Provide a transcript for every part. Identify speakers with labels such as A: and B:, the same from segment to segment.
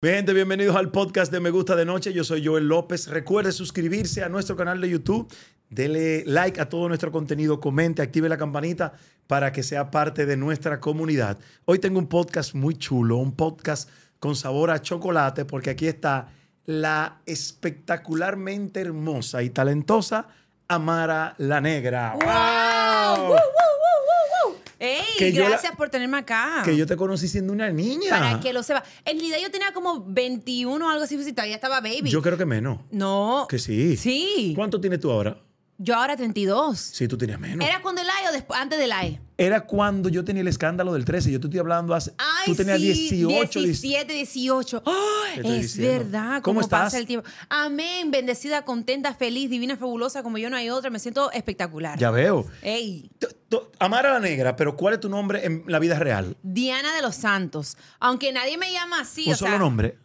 A: Mi gente, bienvenidos al podcast de Me Gusta de Noche. Yo soy Joel López. Recuerde suscribirse a nuestro canal de YouTube. Dele like a todo nuestro contenido, comente, active la campanita para que sea parte de nuestra comunidad. Hoy tengo un podcast muy chulo, un podcast con sabor a chocolate, porque aquí está la espectacularmente hermosa y talentosa Amara la Negra.
B: ¡Wow! ¡Woo, woo, woo, woo, woo! ¡Ey!
A: Que yo
B: gracias
A: la-
B: por tenerme acá.
A: Que yo te conocí siendo una niña.
B: Para que lo sepa. En realidad yo tenía como 21 o algo así, si todavía estaba baby.
A: Yo creo que menos.
B: No.
A: Que sí.
B: Sí.
A: ¿Cuánto tienes tú ahora?
B: Yo ahora 32.
A: Sí, tú tenías menos.
B: ¿Era cuando el AI o después, antes del AI?
A: era cuando yo tenía el escándalo del 13. Yo te estoy hablando hace.
B: Ay,
A: tú tenías
B: sí,
A: 18, 17.
B: 17, 18. ¡Oh!
A: Te estoy
B: es
A: diciendo.
B: verdad.
A: ¿Cómo
B: ¿Cómo,
A: estás?
B: pasa el tiempo? Amén. Bendecida, contenta, feliz, divina, fabulosa. Como yo no hay otra. Me siento espectacular.
A: Ya veo.
B: ¡Ey!
A: T- t- Amara la Negra, pero ¿cuál es tu nombre en la vida real?
B: Diana de los Santos. Aunque nadie me llama así.
A: Un
B: o
A: solo
B: sea,
A: nombre.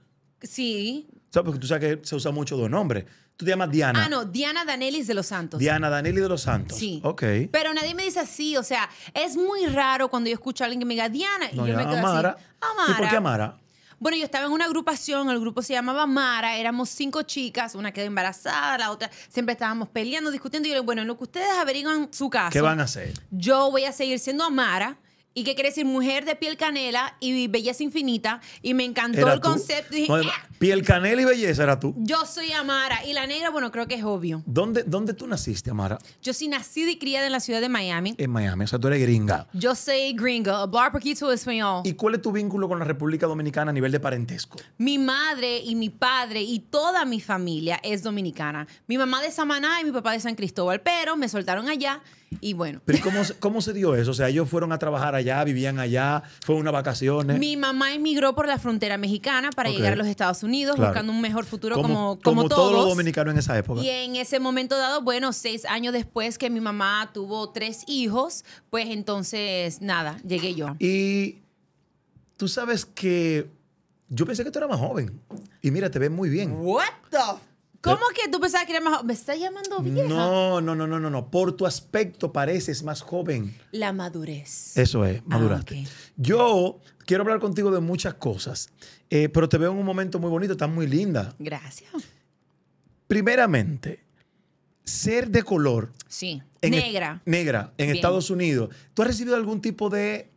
B: Sí.
A: ¿Sabes? Porque tú sabes que se usa mucho dos nombres. Tú te llamas Diana.
B: Ah, no, Diana Danelis de los Santos.
A: Diana Danelli de los Santos.
B: Sí.
A: Ok.
B: Pero nadie me dice así, o sea, es muy raro cuando yo escucho a alguien que me diga Diana y
A: No,
B: yo
A: ya,
B: me quedo
A: Amara.
B: así. Amara.
A: ¿Y por qué Amara?
B: Bueno, yo estaba en una agrupación, el grupo se llamaba Mara, éramos cinco chicas, una quedó embarazada, la otra siempre estábamos peleando, discutiendo. Y yo, le digo, bueno, en lo que ustedes averiguan su caso,
A: ¿Qué van a hacer?
B: yo voy a seguir siendo Amara. ¿Y qué quiere decir? Mujer de piel canela y belleza infinita. Y me encantó
A: Era
B: el
A: tú.
B: concepto. y dije,
A: No, además,
B: "Ah,
A: piel canela y belleza era tú.
B: yo soy Amara. Y la negra, bueno, creo que es obvio.
A: ¿Dónde, ¿Dónde tú naciste, Amara?
B: Yo sí nacida y criada en la ciudad de Miami.
A: En Miami. O sea, tú eres gringa.
B: Yo soy gringo, hablar poquito español.
A: ¿Y cuál es tu vínculo con la República Dominicana a nivel de parentesco?
B: Mi madre y mi padre y toda mi familia es dominicana. Mi mamá de Samaná y mi papá de San Cristóbal, pero me soltaron allá y bueno.
A: Pero ¿y cómo, se- cómo se dio eso? O sea, ellos fueron a trabajar allá, vivían allá, fue unas vacaciones.
B: Mi mamá emigró por la frontera mexicana para
A: eh, Ok.
B: llegar a los Estados Unidos
A: Claro.
B: buscando un mejor futuro
A: como,
B: como,
A: como
B: como todos.
A: los dominicanos en esa época.
B: Y en ese momento dado, bueno, seis años después que mi mamá tuvo tres hijos, pues entonces nada, llegué yo.
A: Y tú sabes que yo pensé que tú eras más joven. Y mira, te ves muy bien.
B: What the? ¿Cómo que tú pensabas que era más? jo- Me está llamando vieja.
A: No, no, no, no, no, no. Por tu aspecto pareces más joven.
B: La madurez.
A: Eso es, maduraste.
B: Ah, ok.
A: Yo quiero hablar contigo de muchas cosas, eh, pero te veo en un momento muy bonito, estás muy linda.
B: Gracias.
A: Primeramente, ser de color
B: Sí.
A: en-
B: Negra.
A: Negra, en
B: Bien.
A: Estados Unidos. ¿Tú has recibido algún tipo de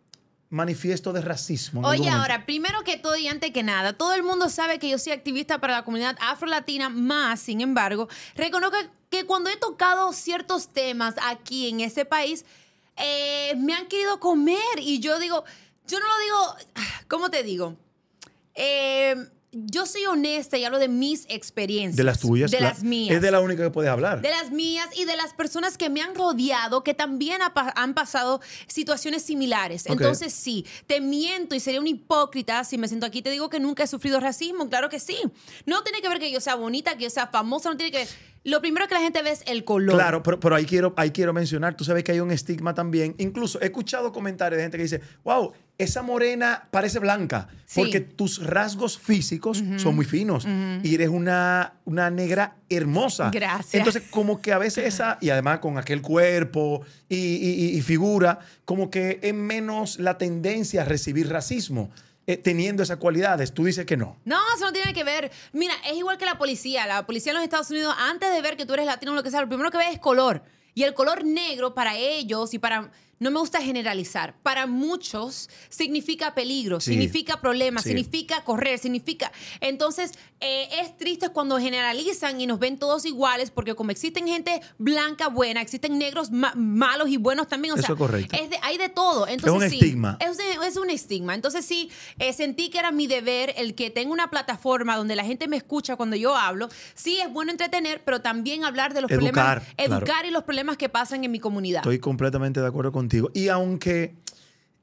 A: manifiesto de racismo? en algún
B: Oye,
A: momento?
B: ahora, primero que todo y antes que nada, todo el mundo sabe que yo soy activista para la comunidad afrolatina, más, sin embargo, reconozco que cuando he tocado ciertos temas aquí en este país, eh, me han querido comer y yo digo, yo no lo digo, ¿cómo te digo? Eh, yo soy honesta y hablo de mis experiencias.
A: De las tuyas.
B: De
A: la-
B: las mías.
A: Es de la única que puedes hablar.
B: de las mías y de las personas que me han rodeado que también ha pa- han pasado situaciones similares.
A: Ok.
B: Entonces sí, te miento y sería un hipócrita si me siento aquí y te digo que nunca he sufrido racismo, claro que sí. No tiene que ver que yo sea bonita, que yo sea famosa, no tiene que ver. Lo primero que la gente ve es el color.
A: Claro, pero, pero ahí, quiero, ahí quiero mencionar, tú sabes que hay un estigma también. Incluso he escuchado comentarios de gente que dice, wow, esa morena parece blanca,
B: Sí.
A: porque tus rasgos físicos son muy finos y eres una, una negra hermosa.
B: Gracias.
A: Entonces, como que a veces esa, y además con aquel cuerpo y, y- y- y figura, como que es menos la tendencia a recibir racismo eh, teniendo esas cualidades. Tú dices que no.
B: No, eso no tiene que ver. Mira, es igual que la policía. La policía en los Estados Unidos, antes de ver que tú eres latino o lo que sea, lo primero que ve es color. Y el color negro para ellos y para... No me gusta generalizar. Para muchos significa peligro,
A: Sí.
B: significa problema,
A: Sí.
B: significa correr, significa... Entonces, eh, es triste cuando generalizan y nos ven todos iguales porque como existen gente blanca buena, existen negros ma- malos y buenos también. O
A: Eso
B: sea,
A: es correcto.
B: es de- hay de todo. Entonces,
A: un
B: sí,
A: estigma.
B: es, de- es un estigma. Entonces sí, eh, sentí que era mi deber el que tenga una plataforma donde la gente me escucha cuando yo hablo. Sí, es bueno entretener, pero también hablar de los
A: Educar,
B: problemas, educar
A: claro.
B: y los problemas que pasan en mi comunidad.
A: Estoy completamente de acuerdo contigo. Y aunque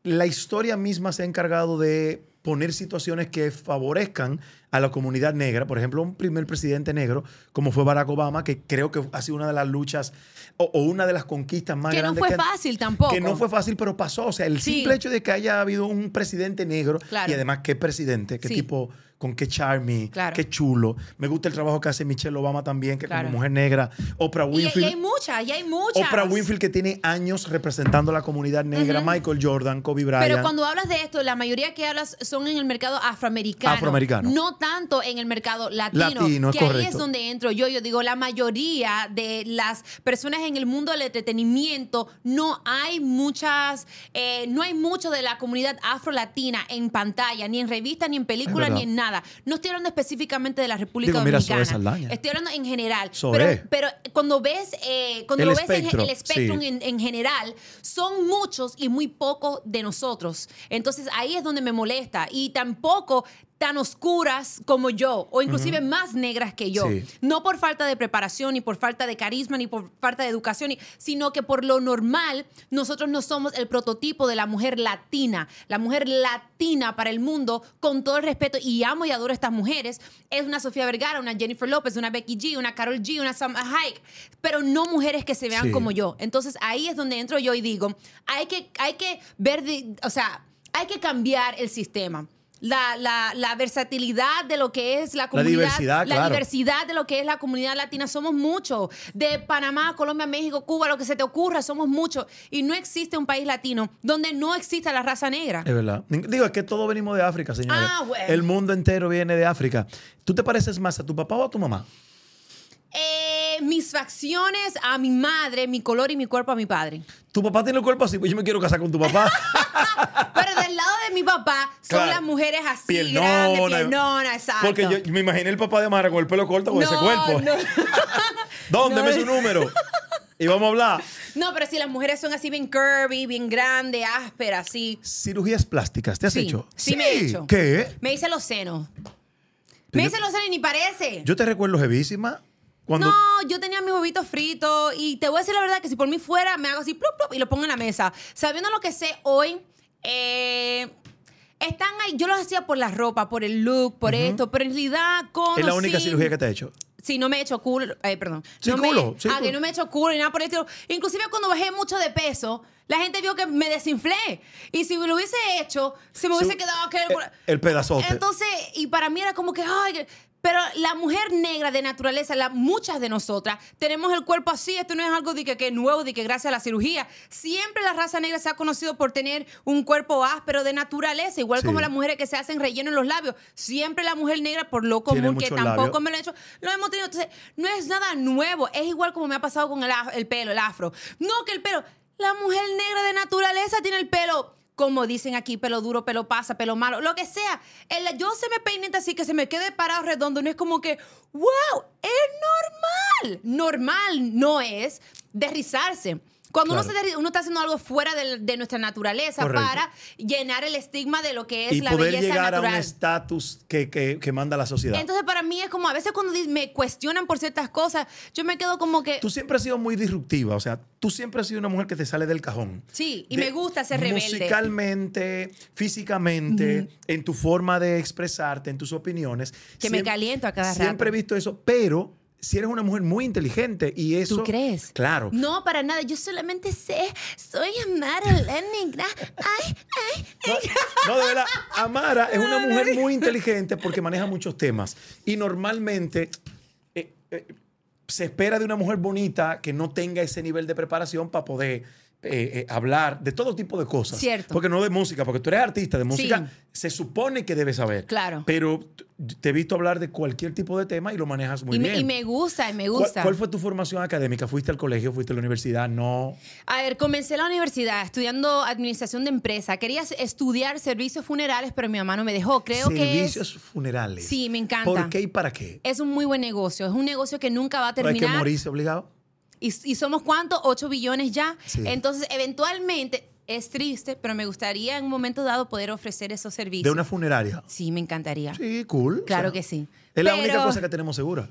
A: la historia misma se ha encargado de poner situaciones que favorezcan a la comunidad negra, por ejemplo, un primer presidente negro como fue Barack Obama, que creo que ha sido una de las luchas o, o una de las conquistas más
B: Que no
A: grandes.
B: fue
A: que han-
B: fácil tampoco.
A: Que no fue fácil, pero pasó. O sea, el
B: Sí.
A: simple hecho de que haya habido un presidente negro
B: Claro.
A: y además qué presidente, qué
B: Sí.
A: tipo con qué charming,
B: Claro.
A: qué chulo. Me gusta el trabajo que hace Michelle Obama también, que
B: Claro.
A: como mujer negra. Oprah
B: Y, y hay
A: Winfrey.
B: muchas, y hay muchas.
A: Oprah Winfrey que tiene años representando a la comunidad negra. Michael Jordan, Kobe Bryant.
B: Pero cuando hablas de esto, la mayoría que hablas son en el mercado afroamericano.
A: Afroamericano.
B: No tanto en el mercado latino.
A: Latino, es
B: que ahí
A: correcto.
B: es donde entro yo. Yo digo, la mayoría de las personas en el mundo del entretenimiento no hay muchas, eh, no hay mucho de la comunidad afrolatina en pantalla, ni en revistas, ni en películas,
A: verdad.
B: ni en nada. No estoy hablando específicamente de la República
A: Digo, mira, Zoe
B: Dominicana.
A: Saldaña.
B: estoy hablando en general.
A: Zoe.
B: Pero, pero cuando ves, eh, cuando
A: El
B: lo ves en
A: espectro,
B: el espectro
A: sí.
B: en, en general, son muchos y muy pocos de nosotros. Entonces ahí es donde me molesta. Y tampoco tan oscuras como yo, o inclusive más negras que yo.
A: Sí.
B: No por falta de preparación, ni por falta de carisma, ni por falta de educación, ni- sino que por lo normal nosotros no somos el prototipo de la mujer latina. La mujer latina para el mundo, con todo el respeto, y amo y adoro a estas mujeres, es una Sofía Vergara, una Jennifer López, una Becky G, una Carol G, una Sam Hayek, pero no mujeres que se vean
A: Sí.
B: como yo. Entonces ahí es donde entro yo y digo, hay que, hay que ver, de- o sea, hay que cambiar el sistema. La, la- la versatilidad de lo que es la comunidad,
A: diversidad,
B: la
A: claro.
B: diversidad de lo que es la comunidad latina, somos muchos. De Panamá, Colombia, México, Cuba, lo que se te ocurra, somos muchos. Y no existe un país latino donde no exista la raza negra.
A: Es verdad. Digo, es que todos venimos de África, señores.
B: Ah, bueno.
A: El mundo entero viene de África. ¿Tú te pareces más a tu papá o a tu mamá?
B: Eh, mis facciones a mi madre, mi color y mi cuerpo a mi padre.
A: Tu papá tiene el cuerpo así, pues yo me quiero casar con tu papá.
B: Pero del lado de mi papá son
A: Claro.
B: las mujeres así,
A: Piernona.
B: grandes, piernona, exacto.
A: Porque yo me imaginé el papá de Mara con el pelo corto con
B: No,
A: ese cuerpo.
B: no.
A: ¿Dónde
B: No.
A: me su número? Y vamos a hablar.
B: No, pero si las mujeres son así bien curvy, bien grandes, ásperas, así.
A: Cirugías plásticas, ¿te has
B: Sí,
A: hecho?
B: sí me he hecho.
A: ¿Qué?
B: Me hice los senos. Me
A: Yo-
B: hice los senos y ni parece.
A: Yo te recuerdo jevísima. Cuando
B: No, yo tenía mis huevitos fritos y te voy a decir la verdad que si por mí fuera me hago así plup, plup, y lo pongo en la mesa. Sabiendo lo que sé hoy, eh, están ahí. Yo los hacía por la ropa, por el look, por esto, pero en realidad con
A: es la
B: o
A: única
B: sin-
A: cirugía que te ha hecho.
B: Sí, no me he hecho culo. eh, perdón.
A: Sí,
B: no me-
A: culo, sí,
B: ah,
A: culo.
B: que no me he hecho culo ni nada por el estilo. Inclusive cuando bajé mucho de peso, la gente vio que me desinflé. Y si lo hubiese hecho, se me hubiese
A: Su-
B: quedado aquel
A: el, Eh, el pedazote.
B: entonces, y para mí era como que, ay, que- pero la mujer negra de naturaleza, la, muchas de nosotras, tenemos el cuerpo así, esto no es algo de que, que nuevo, de que gracias a la cirugía. Siempre la raza negra se ha conocido por tener un cuerpo áspero de naturaleza, igual
A: Sí.
B: como las mujeres que se hacen relleno en los labios. Siempre la mujer negra, por lo
A: Tiene
B: común, que
A: muchos labios.
B: tampoco me lo he hecho, lo hemos tenido. Entonces, no es nada nuevo, es igual como me ha pasado con el, af- el pelo, el afro. No, que el pelo, la mujer negra de naturaleza tiene el pelo como dicen aquí, pelo duro, pelo pasa, pelo malo, lo que sea. El- yo se me peineta así, que se me quede parado redondo, no es como que, wow, es normal. Normal no es derrizarse. Cuando uno,
A: Claro.
B: se derri- uno está haciendo algo fuera del- de, nuestra naturaleza
A: Correcto.
B: para llenar el estigma de lo que es
A: y
B: la
A: poder
B: belleza
A: llegar
B: natural.
A: a un estatus que, que- que manda la sociedad.
B: Entonces para mí es como, a veces cuando di- me cuestionan por ciertas cosas, yo me quedo como que,
A: tú siempre has sido muy disruptiva, o sea, tú siempre has sido una mujer que te sale del cajón.
B: sí, y
A: De-
B: me gusta ser rebelde.
A: Musicalmente, físicamente, en tu forma de expresarte, en tus opiniones.
B: Que me caliento a cada
A: Siempre he
B: rato.
A: visto eso, pero si eres una mujer muy inteligente y eso...
B: crees?
A: Claro.
B: No, para nada, yo solamente sé, soy Amara Negra. Ay, ay.
A: No, no, de verdad, Amara es una mujer muy inteligente porque maneja muchos temas. Y normalmente eh, eh, se espera de una mujer bonita que no tenga ese nivel de preparación para poder eh, eh, hablar de todo tipo de cosas.
B: Cierto.
A: Porque no de música, porque tú eres artista, de música se supone que debes saber.
B: Claro.
A: Pero t- te he visto hablar de cualquier tipo de tema y lo manejas muy
B: Y
A: bien.
B: me, y me gusta, y me
A: ¿Cuál-
B: gusta.
A: ¿Cuál fue tu formación académica? ¿Fuiste al colegio? ¿Fuiste a la universidad? No.
B: A ver, comencé la universidad estudiando administración de empresa. Quería s- estudiar servicios funerales, pero mi mamá no me dejó. Creo que es,
A: Servicios funerales.
B: Sí, me encanta.
A: ¿Por qué y para qué?
B: es un muy buen negocio. Es un negocio que nunca va
A: ¿No
B: a
A: hay que
B: terminar.
A: morirse obligado?
B: Y, y somos cuántos? 8 billones ya.
A: Sí.
B: Entonces, eventualmente, es triste, pero me gustaría en un momento dado poder ofrecer esos servicios.
A: De una funeraria.
B: Sí, me encantaría.
A: Sí, cool.
B: Claro que sí.
A: Es la
B: Pero-
A: única cosa que tenemos segura.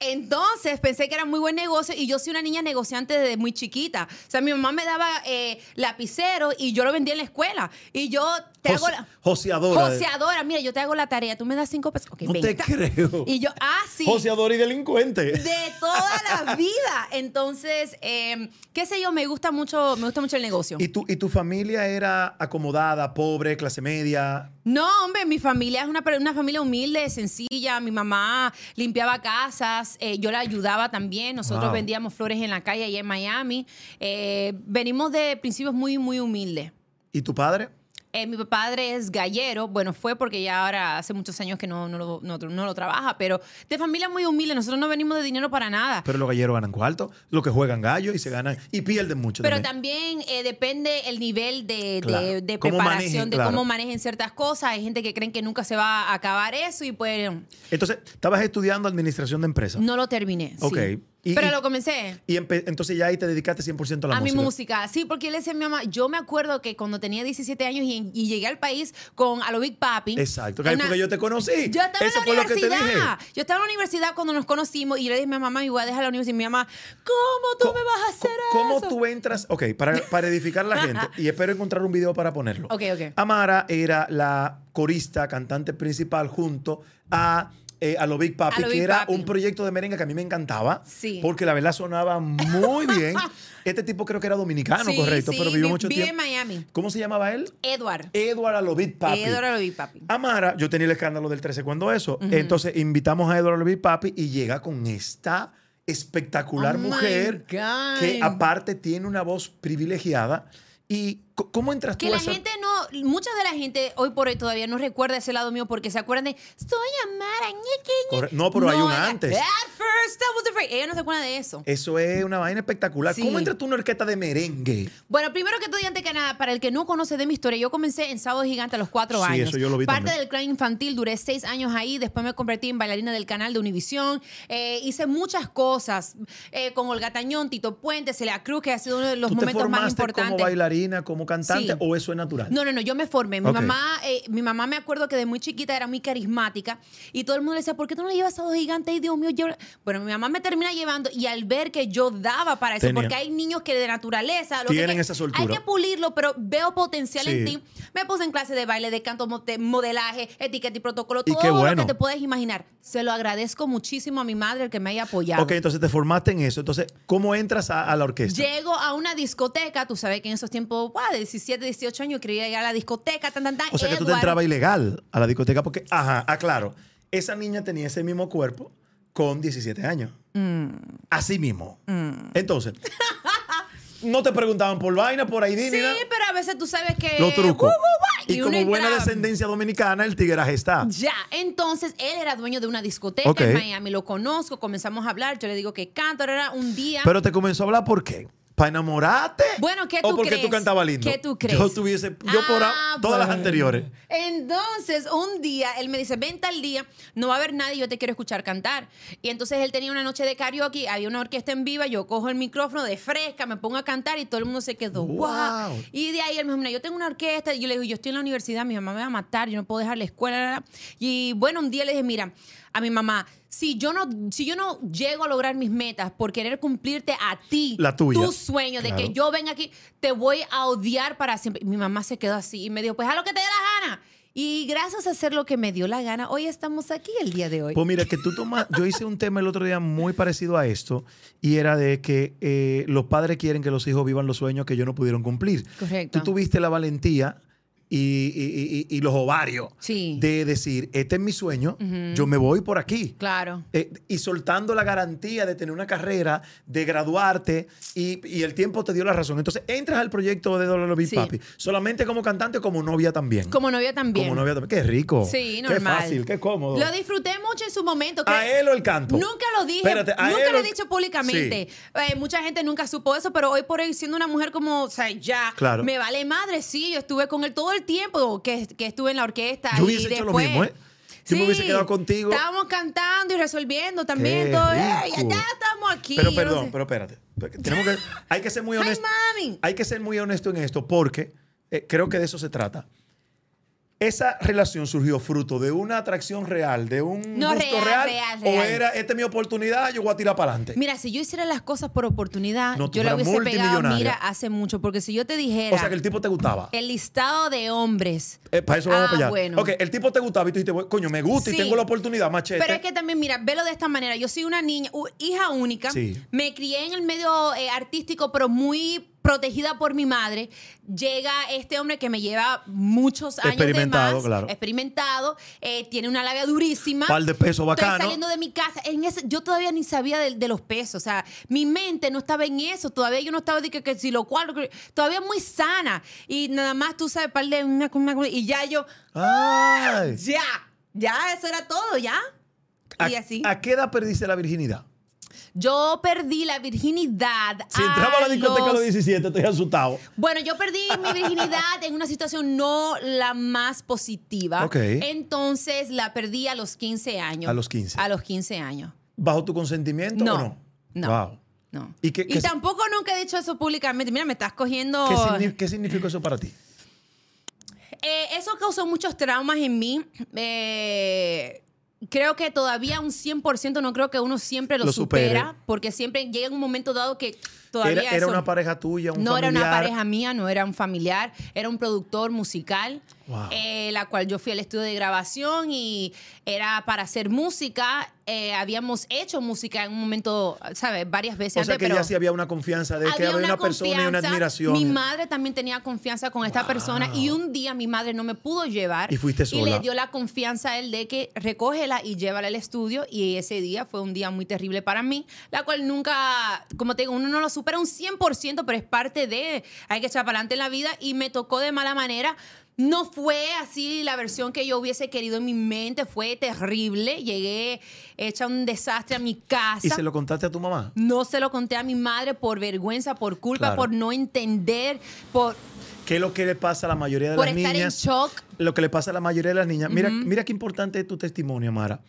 B: Entonces pensé que era muy buen negocio y yo soy una niña negociante desde muy chiquita. O sea, mi mamá me daba eh, lapicero y yo lo vendía en la escuela. Y yo te
A: Jose-
B: hago la.
A: Joseadora. eh.
B: Joseadora, mira, yo te hago la tarea, tú me das cinco pesos. Ok,
A: No te
B: venta.
A: creo.
B: Y yo, ah, sí.
A: Joseadora y delincuente.
B: De toda la vida. Entonces, eh, qué sé yo, me gusta mucho, me gusta mucho el negocio.
A: ¿Y tu, ¿Y tu familia era acomodada, pobre, clase media?
B: No, hombre, mi familia es una, per- una familia humilde, sencilla. Mi mamá limpiaba casas, eh, yo la ayudaba también. Nosotros
A: Wow.
B: vendíamos flores en la calle allá en Miami. Eh, venimos de principios muy, muy humildes.
A: ¿Y tu padre?
B: Eh, mi padre es gallero, bueno, fue porque ya ahora hace muchos años que no, no lo, no- no lo trabaja, pero de familia muy humilde, nosotros no venimos de dinero para nada.
A: Pero los galleros ganan cuarto, los que juegan gallo y se ganan y pierden mucho.
B: Pero
A: también.
B: también eh, depende el nivel de, de-
A: Claro.
B: de
A: Cómo
B: preparación,
A: manejen,
B: de
A: claro.
B: cómo manejen ciertas cosas. Hay gente que creen que nunca se va a acabar eso y pues
A: Entonces, estabas estudiando administración de empresas.
B: no lo terminé. sí.
A: Ok. Y-
B: Pero
A: y-
B: lo comencé.
A: Y empe- entonces ya ahí te dedicaste 100% a la
B: A mi
A: música.
B: música, sí, porque él decía a mi mamá, yo me acuerdo que cuando tenía 17 años y, y llegué al país con a lo Big Papi.
A: Exacto, que ahí
B: una-
A: fue que yo te conocí.
B: Yo estaba
A: Eso
B: en
A: fue
B: la
A: lo que te
B: universidad.
A: dije.
B: Yo estaba en la universidad cuando nos conocimos y yo le dije a mi mamá, me voy a dejar la universidad. Y mi mamá, ¿cómo tú
A: Co-
B: me vas a hacer
A: co- ¿Cómo
B: eso?
A: tú entras? Ok, para, para edificar a la gente, y espero encontrar un video para ponerlo.
B: Ok, ok.
A: Amara era la corista, cantante principal junto a... eh, a lo Big Papi,
B: A lo
A: que
B: Big
A: era
B: Papi.
A: un proyecto de merengue que a mí me encantaba,
B: Sí.
A: porque la verdad sonaba muy bien. Este tipo creo que era dominicano,
B: Sí,
A: correcto,
B: sí,
A: pero vivió
B: vi-
A: mucho
B: vi en
A: tiempo.
B: Miami.
A: ¿Cómo se llamaba él?
B: Edward.
A: Edward a lo Big Papi.
B: Edward a lo Big Papi.
A: Amara, yo tenía el escándalo del 13 cuando eso. Entonces invitamos a Eduardo Big Papi y llega con esta espectacular
B: Oh my
A: mujer
B: God.
A: que aparte tiene una voz privilegiada. ¿Y co- cómo entras
B: Que
A: tú a
B: la
A: esa-
B: gente no, mucha de la gente hoy por hoy todavía no recuerda ese lado mío porque se acuerdan de soy Amara, ñe, ñe, ñe".
A: Corre- No, pero hay un
B: ella-
A: antes.
B: At first I was afraid. Ella no se acuerda de eso.
A: Eso es una vaina espectacular.
B: Sí.
A: ¿Cómo entras tú a una orquesta de merengue?
B: Bueno, primero que todo, y antes que nada, para el que no conoce de mi historia, yo comencé en Sábado Gigante a los cuatro
A: Sí,
B: años.
A: eso yo lo vi
B: Parte
A: también.
B: del clan infantil, duré seis años ahí, después me convertí en bailarina del canal de Univisión. Eh, hice muchas cosas eh, con Olga Tañón, Tito Puente, Celia Cruz, que ha sido uno de los
A: ¿Tú te
B: momentos más
A: formaste como
B: importantes.
A: bailarina, como cantante
B: Sí.
A: o eso es natural?
B: No, no, no, yo me formé. Mi,
A: Ok.
B: mamá, eh, mi mamá me acuerdo que de muy chiquita era muy carismática y todo el mundo le decía, ¿por qué tú no le llevas a dos gigantes? Y Dios mío, llévala". Bueno, mi mamá me termina llevando y al ver que yo daba para eso,
A: Tenía.
B: porque hay niños que de naturaleza, lo
A: Tienen
B: que,
A: esa soltura.
B: Hay que pulirlo, pero veo potencial en
A: Sí.
B: ti. Me puse en clase de baile, de canto, mo- de modelaje, etiqueta y protocolo,
A: Y
B: todo
A: qué
B: lo
A: bueno.
B: que te puedes imaginar. Se lo agradezco muchísimo a mi madre el que me haya apoyado.
A: Ok, entonces te formaste en eso. Entonces, ¿cómo entras a, a la orquesta?
B: Llego a una discoteca, tú sabes que en esos tiempos, guau, de 17, 18 años, quería llegar a la discoteca, tan, tan, tan.
A: O sea que tú te
B: Edward-
A: entrabas ilegal a la discoteca porque, ajá, aclaro, esa niña tenía ese mismo cuerpo con 17 años.
B: Mm.
A: Así mismo. Entonces, no te preguntaban por vaina, por ahí, ni
B: Sí,
A: nada.
B: pero a veces tú sabes que.
A: Los trucos.
B: ¡Wu, wu, wu!
A: y
B: uno
A: como buena
B: entraba.
A: descendencia dominicana, el tigueraje está.
B: Ya, entonces él era dueño de una discoteca
A: Ok.
B: en Miami, lo conozco, comenzamos a hablar, yo le digo que canto, era un día.
A: Pero te comenzó a hablar por qué. ¿Para enamorarte?
B: Bueno, ¿qué
A: ¿O
B: tú
A: porque tú
B: crees?
A: cantabas lindo?
B: ¿Qué tú crees?
A: Yo tuviese, yo por
B: Ah,
A: a- todas las
B: bueno.
A: anteriores.
B: Entonces, un día él me dice, ven tal día, no va a haber nadie, yo te quiero escuchar cantar. Y entonces él tenía una noche de karaoke, había una orquesta en viva, yo cojo el micrófono de fresca, me pongo a cantar y todo el mundo se quedó, wow.
A: Wow.
B: Y de ahí él me dijo, mira, yo tengo una orquesta, y yo le digo, yo estoy en la universidad, mi mamá me va a matar, yo no puedo dejar la escuela. la, la". Y bueno, un día le dije, mira, a mi mamá, si yo no, si yo no llego a lograr mis metas por querer cumplirte a ti,
A: La tuya.
B: tu sueño de
A: Claro.
B: que yo venga aquí, te voy a odiar para siempre. Y Mi mamá se quedó así y me dijo, pues haz lo que te dé la gana. Y gracias a hacer lo que me dio la gana, hoy estamos aquí el día de hoy.
A: Pues mira, que tú tomas. Yo hice un tema el otro día muy parecido a esto y era de que eh, los padres quieren que los hijos vivan los sueños que ellos no pudieron cumplir.
B: Correcto.
A: Tú tuviste la valentía y, y- y- y los ovarios
B: Sí.
A: de decir: Este es mi sueño, yo me voy por aquí.
B: Claro.
A: Eh, y soltando la garantía de tener una carrera, de graduarte, y, y el tiempo te dio la razón. Entonces entras al proyecto de Dolor Big
B: Sí.
A: Papi, solamente como cantante, como novia también.
B: Como novia también.
A: Como novia también. Qué rico. Qué
B: Sí, normal.
A: fácil, qué cómodo.
B: Lo disfruté mucho en su momento.
A: ¿A
B: creo-
A: él o el canto?
B: Nunca lo dije,
A: Espérate, ¿a
B: nunca
A: él
B: lo
A: o-
B: he dicho públicamente. Eh, mucha gente nunca supo eso, pero hoy por hoy, siendo una mujer como, o sea, ya,
A: Claro.
B: me vale madre, sí, yo estuve con él todo el tiempo que, que estuve en la orquesta.
A: Yo
B: y
A: hubiese hecho lo
B: después-
A: mismo, ¿eh? Yo me hubiese quedado contigo.
B: Estábamos cantando y resolviendo también
A: Qué
B: todo. eh, ya,
A: rico.
B: ya estamos aquí.
A: Pero
B: yo no
A: perdón,
B: sé.
A: pero espérate. Porque Tenemos que, hay que ser muy
B: Ay,
A: honesto.
B: mami.
A: Hay que ser muy honesto en esto porque eh, creo que de eso se trata. ¿Esa relación surgió fruto de una atracción real, de un
B: No,
A: gusto
B: real,
A: real,
B: real,
A: ¿O
B: real.
A: era, esta es mi oportunidad, yo voy a tirar para adelante?
B: Mira, si yo hiciera las cosas por oportunidad,
A: No, tú
B: yo la
A: fueras
B: hubiese pegado, mira,
A: multimillonaria.
B: hace mucho. Porque si yo te dijera
A: O sea, que el tipo te gustaba.
B: el listado de hombres
A: Eh, para eso vamos
B: Eh, Ah,
A: para allá.
B: bueno.
A: Ok, el tipo te gustaba y tú dijiste, "Bueno, coño, me gusta
B: Sí.
A: y tengo la oportunidad, machete.
B: Pero es que también, mira, velo de esta manera. Yo soy una niña, u- hija única.
A: Sí.
B: Me crié en el medio eh, artístico, pero muy protegida por mi madre. Llega este hombre que me lleva muchos años de
A: Experimentado,
B: más.
A: claro.
B: Experimentado, eh, tiene una labia durísima.
A: Par de pesos
B: Estoy
A: bacano.
B: saliendo de mi casa. En ese, yo todavía ni sabía de, de los pesos. O sea, mi mente no estaba en eso. Todavía yo no estaba de que, que si lo cual, que- todavía muy sana. Y nada más tú sabes, par de... Y ya yo,
A: Ay.
B: ya, ya, eso era todo, ya.
A: ¿A,
B: y así.
A: ¿A qué edad perdiste la virginidad?
B: Yo perdí la virginidad.
A: Si entraba a la discoteca a los
B: los-
A: 17, estoy asustado.
B: Bueno, yo perdí mi virginidad en una situación no la más positiva.
A: Ok.
B: Entonces la perdí a los 15 años.
A: A los 15.
B: A los 15 años.
A: ¿Bajo tu consentimiento
B: No,
A: o no?
B: no.
A: Wow.
B: No.
A: ¿Y qué- qué-
B: tampoco nunca he dicho eso públicamente. Mira, me estás cogiendo.
A: ¿Qué, signi- qué significó eso para ti?
B: Eh, eso causó muchos traumas en mí. Eh, creo que todavía un 100% no creo que uno siempre lo,
A: Lo supere.
B: supera. Porque siempre llega un momento dado que todavía.
A: ¿Era, era
B: eso-
A: una pareja tuya, un
B: no
A: familiar?
B: era una pareja mía, no era un familiar, era un productor musical,
A: Wow.
B: eh, la cual yo fui al estudio de grabación y era para hacer música. eh, habíamos hecho música en un momento, ¿sabes? Varias veces
A: O sea,
B: antes,
A: que
B: pero
A: ya sí había una confianza de que había una, persona y una
B: confianza.
A: admiración.
B: Mi madre también tenía confianza con esta persona y un día mi madre no me pudo llevar.
A: Y fuiste
B: Y le
A: sola.
B: dio la confianza a él de que recógela y llévala al estudio. Y ese día fue un día muy terrible para mí, la cual nunca, como te digo, uno no lo supera un 100%, pero es parte de, hay que echar para adelante en la vida y me tocó de mala manera. No fue así la versión que yo hubiese querido en mi mente, fue terrible. Llegué hecha un desastre a mi casa.
A: ¿Y se lo contaste a tu mamá?
B: No se lo conté a mi madre por vergüenza, por culpa,
A: Claro.
B: por no entender, por,
A: ¿Qué es lo que le pasa a la mayoría de
B: por
A: las
B: estar en
A: niñas?
B: shock.
A: Lo que le pasa a la mayoría de las niñas. Mira, mira qué importante es tu testimonio, Mara.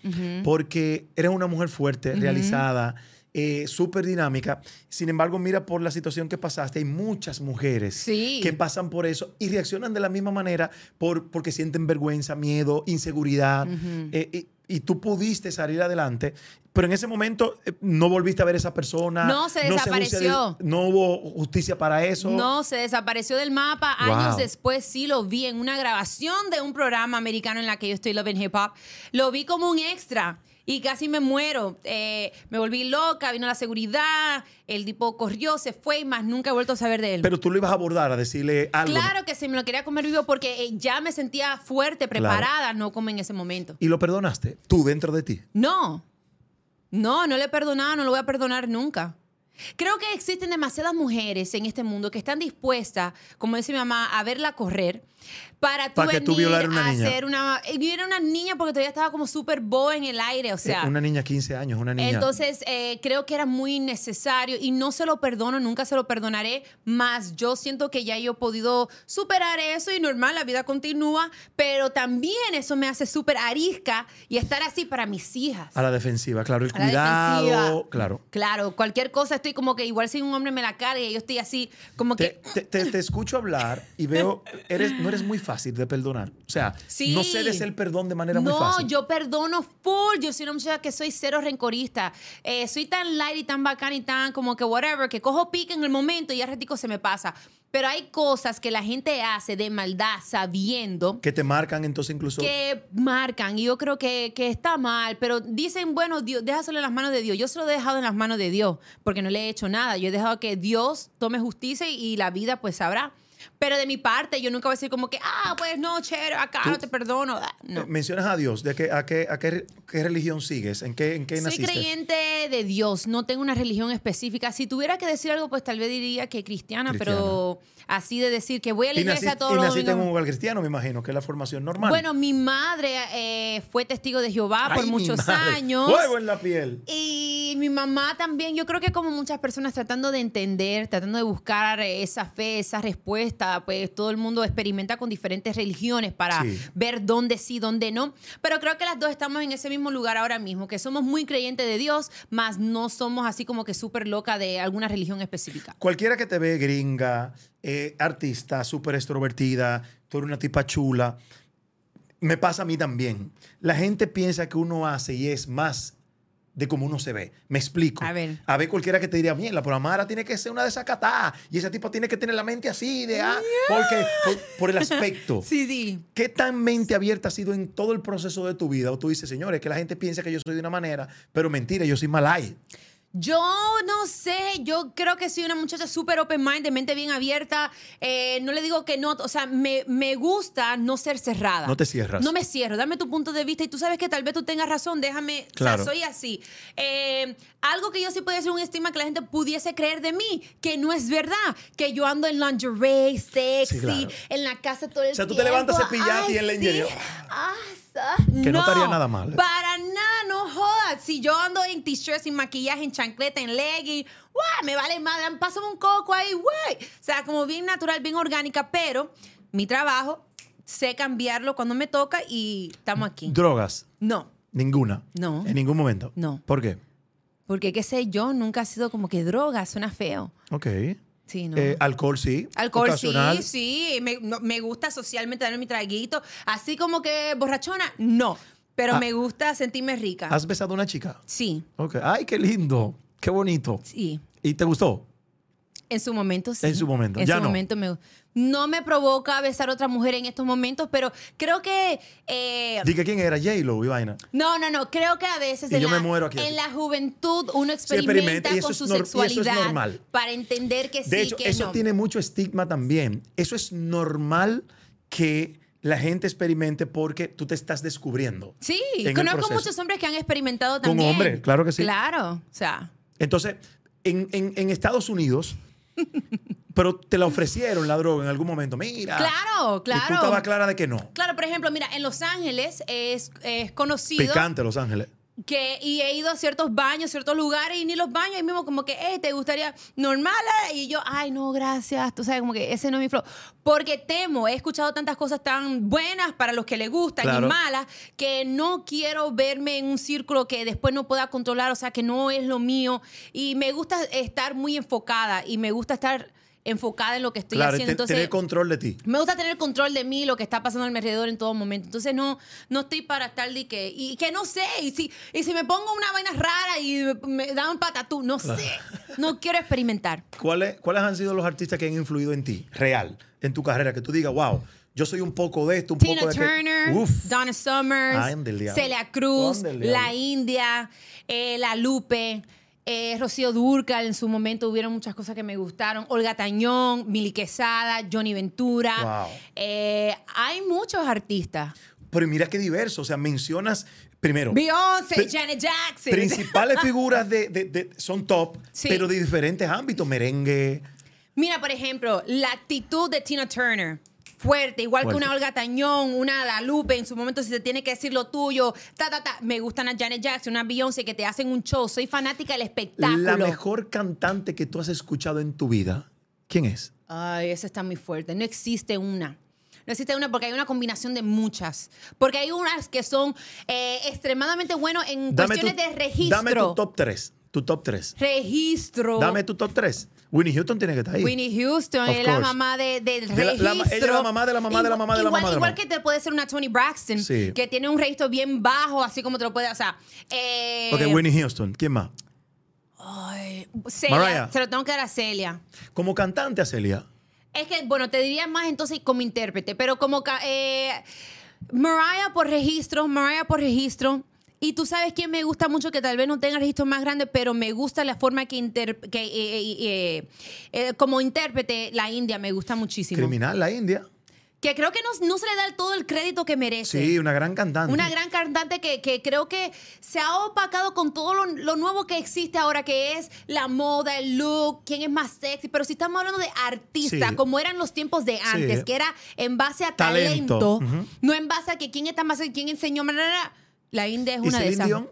A: Porque eres una mujer fuerte, realizada, eh, súper dinámica. Sin embargo, mira por la situación que pasaste. Hay muchas mujeres
B: Sí.
A: que pasan por eso y reaccionan de la misma manera por, porque sienten vergüenza, miedo, inseguridad. Eh, y, y tú pudiste salir adelante, pero en ese momento eh, no volviste a ver a esa persona.
B: No, se desapareció.
A: no hubo justicia para eso.
B: No, se desapareció del mapa.
A: Wow.
B: Años después sí lo vi en una grabación de un programa americano en la que yo estoy Love and Hip Hop. Lo vi como un extra y casi me muero. Eh, me volví loca, vino la seguridad, el tipo corrió, se fue y más nunca he vuelto a saber de él.
A: Pero tú lo ibas a abordar, a decirle algo.
B: claro que se me lo quería comer vivo porque eh, ya me sentía fuerte, preparada, no como en ese momento.
A: Y lo perdonaste, tú dentro de ti.
B: No, no, no le he perdonado, no lo voy a perdonar nunca. Creo que existen demasiadas mujeres en este mundo que están dispuestas, como dice mi mamá, a verla correr para tú,
A: Pa' que tú
B: venir
A: violar a una
B: a
A: niña.
B: ser una... Yo era una niña porque todavía estaba como súper boa en el aire, o sea...
A: Eh, una niña 15 años, una niña.
B: Entonces, eh, creo que era muy necesario y no se lo perdono, nunca se lo perdonaré, más yo siento que ya yo he podido superar eso y normal, la vida continúa, pero también eso me hace súper arisca y estar así para mis hijas.
A: a la defensiva, claro, el
B: A la defensiva.
A: cuidado, claro.
B: Claro, cualquier cosa estoy como que igual si un hombre me la carga y yo estoy así como
A: Te, te-
B: que...
A: te- te escucho hablar y veo, eres, no eres muy fácil de perdonar. O sea,
B: Sí.
A: no cedes el perdón de manera muy
B: No,
A: fácil.
B: yo perdono full. Yo soy una muchacha que soy cero rencorista. Eh, soy tan light y tan bacana y tan como que whatever, que cojo pique en el momento y al ratico se me pasa. Pero hay cosas que la gente hace de maldad sabiendo
A: Que te marcan entonces incluso. eh,
B: que marcan y yo creo que, que está mal, pero dicen, bueno, Dios, déjaselo en las manos de Dios. Yo se lo he dejado en las manos de Dios porque no le he hecho nada. Yo he dejado que Dios tome justicia y, y la vida pues sabrá. Pero de mi parte, yo nunca voy a decir como que, ah, pues no, chévere, acá
A: Tú-
B: no te perdono. Ah, No.
A: Eh, Mencionas a Dios, de qué, a, qué, a qué, re- qué religión sigues, en qué, en qué
B: Soy
A: naciste.
B: creyente de Dios, no tengo una religión específica. Si tuviera que decir algo, pues tal vez diría que cristiana, pero así de decir que voy a la
A: y naciste,
B: iglesia todos
A: y
B: los
A: naciste en un
B: domingos.
A: hogar cristiano, me imagino, que es la formación normal.
B: Bueno, mi madre eh, fue testigo de Jehová por
A: Ay, mi
B: muchos
A: madre,
B: años.
A: Fuego en la piel.
B: Y mi mamá también, yo creo que como muchas personas tratando de entender, tratando de buscar esa fe, esa respuesta, pues todo el mundo experimenta con diferentes religiones para
A: Sí.
B: ver dónde sí, dónde no. Pero creo que las dos estamos en ese mismo lugar ahora mismo, que somos muy creyentes de Dios, más no somos así como que súper loca de alguna religión específica.
A: Cualquiera que te ve gringa, eh, artista, súper extrovertida, tú eres una tipa chula, me pasa a mí también. La gente piensa que uno hace y es más de cómo uno se ve. Me explico.
B: A ver.
A: A ver, cualquiera que te diría, bien, la programadora tiene que ser una desacatada y esa tipa tiene que tener la mente así, de ah, porque, por, por el aspecto.
B: Sí, sí.
A: ¿Qué tan mente abierta has sido en todo el proceso de tu vida? O tú dices, señores, que la gente piensa que yo soy de una manera, pero mentira, yo soy malay.
B: Yo no sé, yo creo que soy una muchacha súper open mind, de mente bien abierta. Eh, no le digo que no, o sea, me, me gusta no ser cerrada.
A: No te cierras.
B: No me cierro, dame tu punto de vista y tú sabes que tal vez tú tengas razón, déjame,
A: Claro.
B: o sea, soy así. Eh, algo que yo sí podía ser un estigma que la gente pudiese creer de mí, que no es verdad, que yo ando en lingerie, sexy,
A: Sí, claro.
B: en la casa todo el
A: O
B: tiempo.
A: sea, tú te levantas cepillada y en
B: Ay,
A: lingerie.
B: sí. Ah, sa-
A: Que no estaría nada mal.
B: Para nada, no jodas. Si yo ando en t-shirt, sin maquillaje, en chancleta, en legging, ¡guau! me vale madre, pásame un coco ahí, güey. O sea, como bien natural, bien orgánica, pero mi trabajo sé cambiarlo cuando me toca y estamos aquí.
A: Drogas,
B: No,
A: ninguna.
B: No.
A: En ningún momento.
B: No.
A: ¿Por qué?
B: porque qué sé yo, nunca ha sido como que droga, suena feo.
A: Ok.
B: Sí, no.
A: Eh, alcohol sí.
B: Alcohol, sí,
A: Ocasional.
B: sí. Me, no, me gusta socialmente darme mi traguito. Así como que borrachona, no. Pero
A: Ah.
B: me gusta sentirme rica.
A: ¿Has besado a una chica?
B: Sí,
A: Ok. Ay, qué lindo. Qué bonito.
B: sí.
A: ¿Y te gustó?
B: En su momento sí.
A: En su momento,
B: En
A: ya
B: su
A: no.
B: momento me no me provoca besar a otra mujer en estos momentos, pero creo que eh,
A: Dije quién era J-Lo y vaina.
B: no, no, no, creo que a veces
A: Y
B: en,
A: yo
B: la,
A: me muero aquí
B: en
A: así.
B: la juventud uno
A: experimenta,
B: experimenta,
A: y eso
B: con
A: es
B: su
A: nor- y eso es
B: sexualidad
A: normal.
B: para entender que
A: De
B: sí,
A: hecho,
B: que
A: eso
B: no.
A: tiene mucho estigma también. Eso es normal que la gente experimente porque tú te estás descubriendo.
B: Sí,
A: en el
B: conozco
A: proceso.
B: muchos hombres que han experimentado
A: Con
B: también.
A: hombres, claro que sí.
B: Claro, o sea,
A: Entonces, en, en- en Estados Unidos, pero te la ofrecieron la droga en algún momento. Mira.
B: Claro,
A: Y tú
B: claro.
A: estabas clara de que no.
B: claro, por ejemplo, mira, en Los Ángeles es, es conocido
A: Picante, Los Ángeles.
B: que y he ido a ciertos baños, ciertos lugares y ni los baños ahí mismo como que, hey, te gustaría normal eh?" y yo, ay, no, gracias, tú sabes como que ese no es mi flow, porque temo, he escuchado tantas cosas tan buenas para los que le gustan
A: Claro.
B: y malas que no quiero verme en un círculo que después no pueda controlar, o sea, que no es lo mío y me gusta estar muy enfocada y me gusta estar enfocada en lo que estoy
A: claro,
B: haciendo,
A: te- tener control de ti.
B: me gusta tener control de mí, lo que está pasando a mi alrededor en todo momento. Entonces no, no estoy para estar de que, y que no sé, y si, y si me pongo una vaina rara y me, me dan patatú, no sé, no quiero experimentar.
A: ¿Cuáles, ¿Cuáles han sido los artistas que han influido en ti, real, en tu carrera? Que tú digas, wow, yo soy un poco de esto, un
B: Tina
A: poco de aquello".
B: Turner,
A: Uf.
B: Donna
A: Ay, del
B: Summers,
A: diablo.
B: Celia Cruz,
A: Del diablo.
B: La India, eh, La Lupe, eh, Rocío Durcal, en su momento hubieron muchas cosas que me gustaron, Olga Tañón, Mili Quesada, Johnny Ventura.
A: Wow.
B: Eh, hay muchos artistas.
A: Pero mira qué diverso. O sea, mencionas primero.
B: Beyoncé,
A: Pri-
B: Janet Jackson.
A: Principales figuras de, de- de- son top,
B: Sí.
A: pero de diferentes ámbitos. Merengue.
B: Mira, por ejemplo, la actitud de Tina Turner. Fuerte, igual
A: Fuerte.
B: que una Olga Tañón, una La Lupe, en su momento si te tiene que decir lo tuyo, ta, ta, ta. Me gustan a Janet Jackson, una Beyoncé que te hacen un show. Soy fanática del espectáculo.
A: La mejor cantante que tú has escuchado en tu vida. ¿Quién es?
B: Ay, esa está muy fuerte. No existe una. No existe una porque hay una combinación de muchas. Porque hay unas que son eh, extremadamente buenas en cuestiones de registro.
A: Dame tu top 3. Tu top 3.
B: Registro.
A: Dame tu top 3. Winnie Houston tiene que estar ahí.
B: Winnie Houston
A: Of
B: es la
A: course.
B: mamá de,
A: De
B: del
A: la-
B: registro.
A: la- ella es la mamá de la mamá de la mamá de la mamá de
B: Igual-
A: la
B: Igual
A: mamá.
B: que te puede ser una Tony Braxton,
A: Sí.
B: que tiene un registro bien bajo, así como te lo puede. O sea, eh,
A: Ok, Winnie Houston. ¿Quién más?
B: ay, Celia,
A: Mariah.
B: se lo tengo que dar a Celia.
A: Como cantante, Acelia.
B: Es que, bueno, te diría más entonces como intérprete, pero como. ca- Eh, Mariah por registro, Mariah por registro. Y tú sabes quién me gusta mucho, que tal vez no tenga registro más grande, pero me gusta la forma que, inter- que, eh, eh, eh, eh, como intérprete la India me gusta muchísimo.
A: Criminal, la India.
B: que creo que no, no se le da el todo el crédito que merece.
A: Sí, una gran cantante.
B: Una gran cantante que, que creo que se ha opacado con todo lo, lo nuevo que existe ahora, que es la moda, el look, quién es más sexy. Pero si estamos hablando de artista,
A: Sí.
B: como eran los tiempos de antes, que era en base a
A: Talento.
B: talento,
A: Ujú.
B: no en base a que quién está más sexy, quién enseñó. bla, bla, bla. La India es
A: ¿Y
B: una de
A: Celine
B: esas.
A: Dion?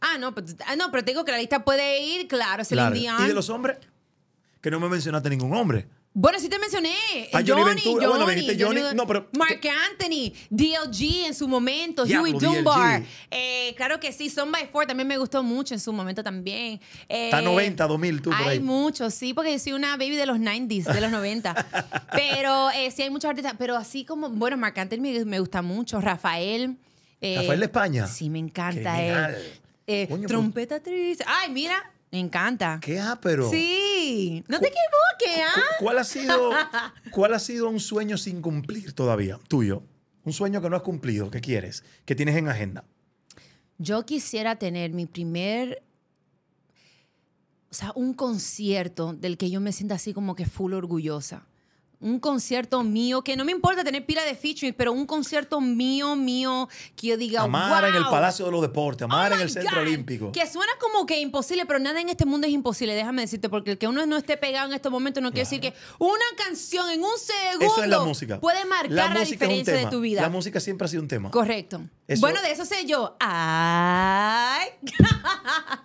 B: Ah, no, pero, ah, no, pero te digo que la lista puede ir, claro, Celine
A: Claro.
B: Dion.
A: ¿Y de los hombres? Que no me mencionaste ningún hombre.
B: Bueno, sí te mencioné.
A: A Ah, Johnny
B: Johnny,
A: Ventura. Bueno, me dijiste Johnny.
B: Ventura.
A: No, pero-
B: Mark Anthony, DLG en su momento,
A: Diablo,
B: Huey
A: DLG.
B: Dunbar. Eh, claro que sí, Son by Four también me gustó mucho en su momento también. Eh,
A: Está 90, 2000 tú por
B: Hay
A: ahí.
B: muchos, sí, porque yo soy una baby de los 90s, de los 90. pero eh, sí hay muchos artistas, pero así como, bueno, Marc Anthony me, me gusta mucho, Rafael. eh,
A: Rafael de España.
B: Sí, me encanta
A: Genial.
B: él. Eh,
A: Coño, pues.
B: trompeta triste. Ay, mira, me encanta.
A: ¿Qué ápero?
B: Sí, no te equivoques,
A: ¿Cu-
B: ¿ah?
A: ¿Cuál ha sido, cuál ha sido un sueño sin cumplir todavía, tuyo? Un sueño que no has cumplido, que quieres, que tienes en agenda.
B: Yo quisiera tener mi primer, o sea, un concierto del que yo me sienta así como que full orgullosa. Un concierto mío, que no me importa tener pila de features, pero un concierto mío, mío, que yo diga,
A: Amar en el
B: "Wow".
A: Palacio de los Deportes,
B: Oh
A: amar en
B: my
A: el Centro
B: God.
A: Olímpico.
B: Que suena como que imposible, pero nada en este mundo es imposible, déjame decirte, porque el que uno no esté pegado en estos momentos no quiere decir que una canción en un segundo
A: Eso es la música.
B: puede marcar la,
A: música es un
B: diferencia de
A: tema.
B: tu vida.
A: La música siempre ha sido un tema.
B: Correcto.
A: Eso-
B: Bueno, de eso sé yo. Ay.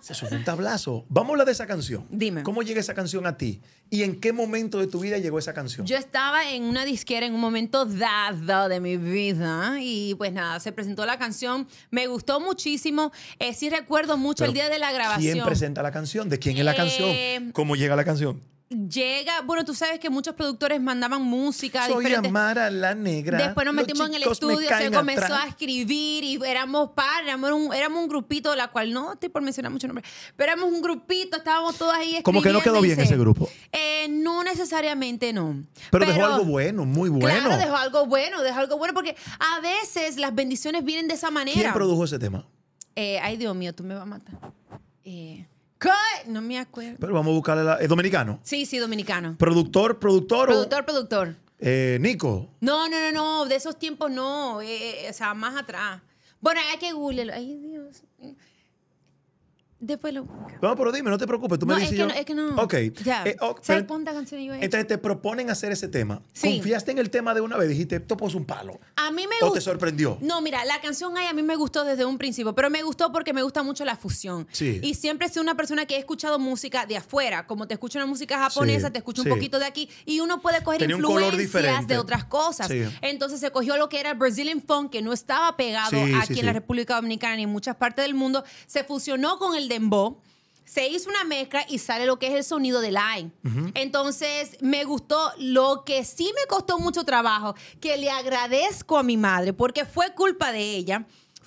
A: Eso fue un tablazo. Vamos a hablar de esa canción.
B: Dime.
A: ¿Cómo llega esa canción a ti? ¿Y en qué momento de tu vida llegó esa canción?
B: Yo estaba en una disquera en un momento dado de mi vida y pues nada, se presentó la canción, me gustó muchísimo, eh, sí recuerdo mucho
A: Pero,
B: el día de la grabación.
A: ¿Quién presenta la canción? ¿De quién es la
B: Eh,
A: canción? ¿Cómo llega la canción?
B: Llega, bueno, tú sabes que muchos productores mandaban música,
A: Soy
B: diferentes...
A: Amara la Negra.
B: Después nos
A: Los
B: metimos en el
A: chicos me
B: estudio, se
A: caen
B: comenzó
A: atrás.
B: a escribir y éramos par, éramos un, éramos un grupito, la cual no estoy por mencionar mucho nombre, pero éramos un grupito, estábamos todas ahí escribiendo.
A: Como que no quedó
B: y
A: bien
B: se-
A: ese grupo.
B: Eh, no necesariamente, no.
A: Pero, dejó algo bueno, muy bueno.
B: Claro, dejó algo bueno, dejó algo bueno, porque a veces las bendiciones vienen de esa manera.
A: ¿Quién produjo ese tema?
B: Eh, ay, Dios mío, tú me vas a matar. Eh, ¿qué? No me acuerdo.
A: Pero vamos a buscarle la... ¿Es dominicano?
B: Sí, sí, dominicano.
A: ¿Productor, productor,
B: Productor, productor.
A: o...? Eh, Nico.
B: No, no, no, no, de esos tiempos no, eh, eh, o sea, más atrás. Bueno, hay que googlearlo. Ay, Dios. Después lo...
A: No, pero dime, no te preocupes. Tú
B: No,
A: me
B: es
A: dices
B: que
A: yo-
B: no, es que no.
A: Ok.
B: Ya.
A: Eh, oh,
B: ¿Sabes
A: pero-
B: cuántas canciones yo he hecho?
A: Entonces te proponen hacer ese tema.
B: Sí.
A: ¿Confiaste en el tema de una vez? Dijiste, esto puso un palo.
B: A mí me
A: ¿O te
B: gusta...
A: sorprendió?
B: No, mira, la canción Ay a mí me gustó desde un principio, pero me gustó porque me gusta mucho la fusión.
A: Sí.
B: Y siempre he sido una persona que he escuchado música de afuera, como te escucho una música japonesa,
A: Sí,
B: te escucho
A: sí.
B: un poquito de aquí y uno puede coger
A: Tenía un color
B: influencias
A: diferente.
B: de otras cosas.
A: Sí.
B: Entonces se cogió lo que era Brazilian funk que no estaba pegado
A: Sí,
B: aquí
A: sí,
B: en
A: sí.
B: la República Dominicana ni en muchas partes del mundo, se fusionó con el dembow. Se hizo una mezcla y sale lo que es el sonido del AI. Entonces, me gustó. Lo que sí me costó mucho trabajo, que le agradezco a mi madre, porque fue culpa de ella,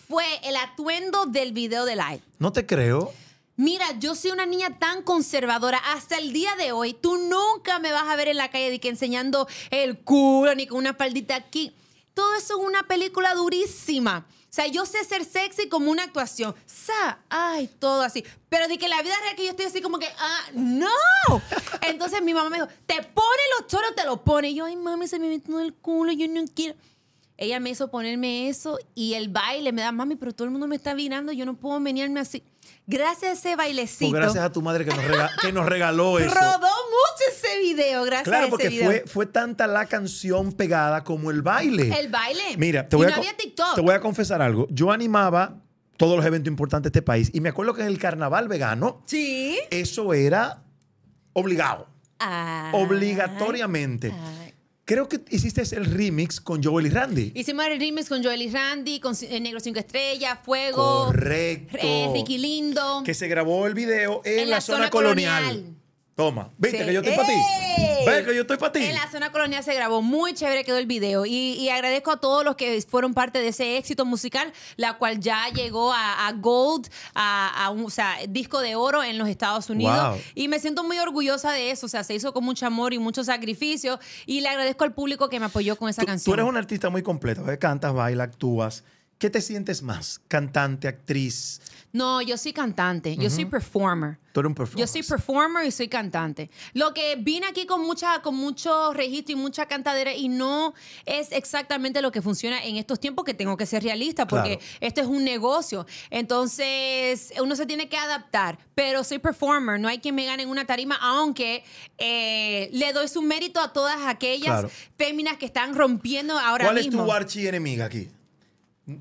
B: fue el atuendo del video del AI.
A: No te creo. pues
B: Mira, yo soy una niña tan conservadora. Hasta el día de hoy, tú nunca me vas a ver en la calle de que enseñando el culo ni con una faldita aquí. Todo eso es una película durísima. O sea, yo sé ser sexy como una actuación. Sa, ay, todo así. Pero de que en la vida real que yo estoy así como que, ah, no. Entonces mi mamá me dijo, te pone los choros, te lo pone. Y yo, ay, mami, se me metió el culo, yo no quiero. Ella me hizo ponerme eso y el baile me da, mami, pero todo el mundo me está mirando, yo no puedo menearme así. Gracias a ese
A: Pues
B: bailecito.
A: gracias a tu madre que nos, rega- que nos regaló eso.
B: Rodó mucho ese video, gracias a
A: Claro,
B: ese
A: porque
B: video.
A: fue, fue tanta la canción pegada como el baile.
B: El baile.
A: Mira, te
B: Y
A: voy, a,
B: no
A: co-
B: había TikTok.
A: te voy a confesar algo. Yo animaba todos los eventos importantes de este país y me acuerdo que en el carnaval vegano
B: Sí.
A: eso era obligado,
B: Ay.
A: obligatoriamente.
B: Ay.
A: Creo que hiciste el remix con Joel y Randy.
B: Hicimos remix con Joel y Randy, con eh, Negro 5 Estrellas, Fuego,
A: Correcto.
B: eh, Ricky Lindo.
A: que se grabó el video en, la, zona, colonial. Toma, viste
B: Sí.
A: que yo estoy para ti.
B: ¡Ey!
A: Ves que yo estoy para ti.
B: En la zona colonial se grabó muy chévere quedó el video y, y agradezco a todos los que fueron parte de ese éxito musical, la cual ya llegó a, a Gold, a, a un o sea, disco de oro en los Estados Unidos
A: Wow.
B: y me siento muy orgullosa de eso, o sea, se hizo con mucho amor y mucho sacrificio y le agradezco al público que me apoyó con esa
A: tú, tú
B: canción.
A: eres una artista muy completa, ¿ves? cantas, bailas, actúas. ¿Qué te sientes más? Cantante, actriz.
B: No, yo soy cantante, yo soy performer.
A: Tú eres un performer.
B: Yo soy performer y soy cantante. Lo que vine aquí con mucha, con mucho registro y mucha cantadera y no es exactamente lo que funciona en estos tiempos que tengo que ser realista porque
A: Claro.
B: esto es un negocio. Entonces uno se tiene que adaptar. Pero soy performer, no hay quien me gane en una tarima, aunque eh, le doy su mérito a todas aquellas
A: Claro.
B: féminas que están rompiendo ahora
A: ¿Cuál es
B: mismo.
A: tu archienemiga aquí?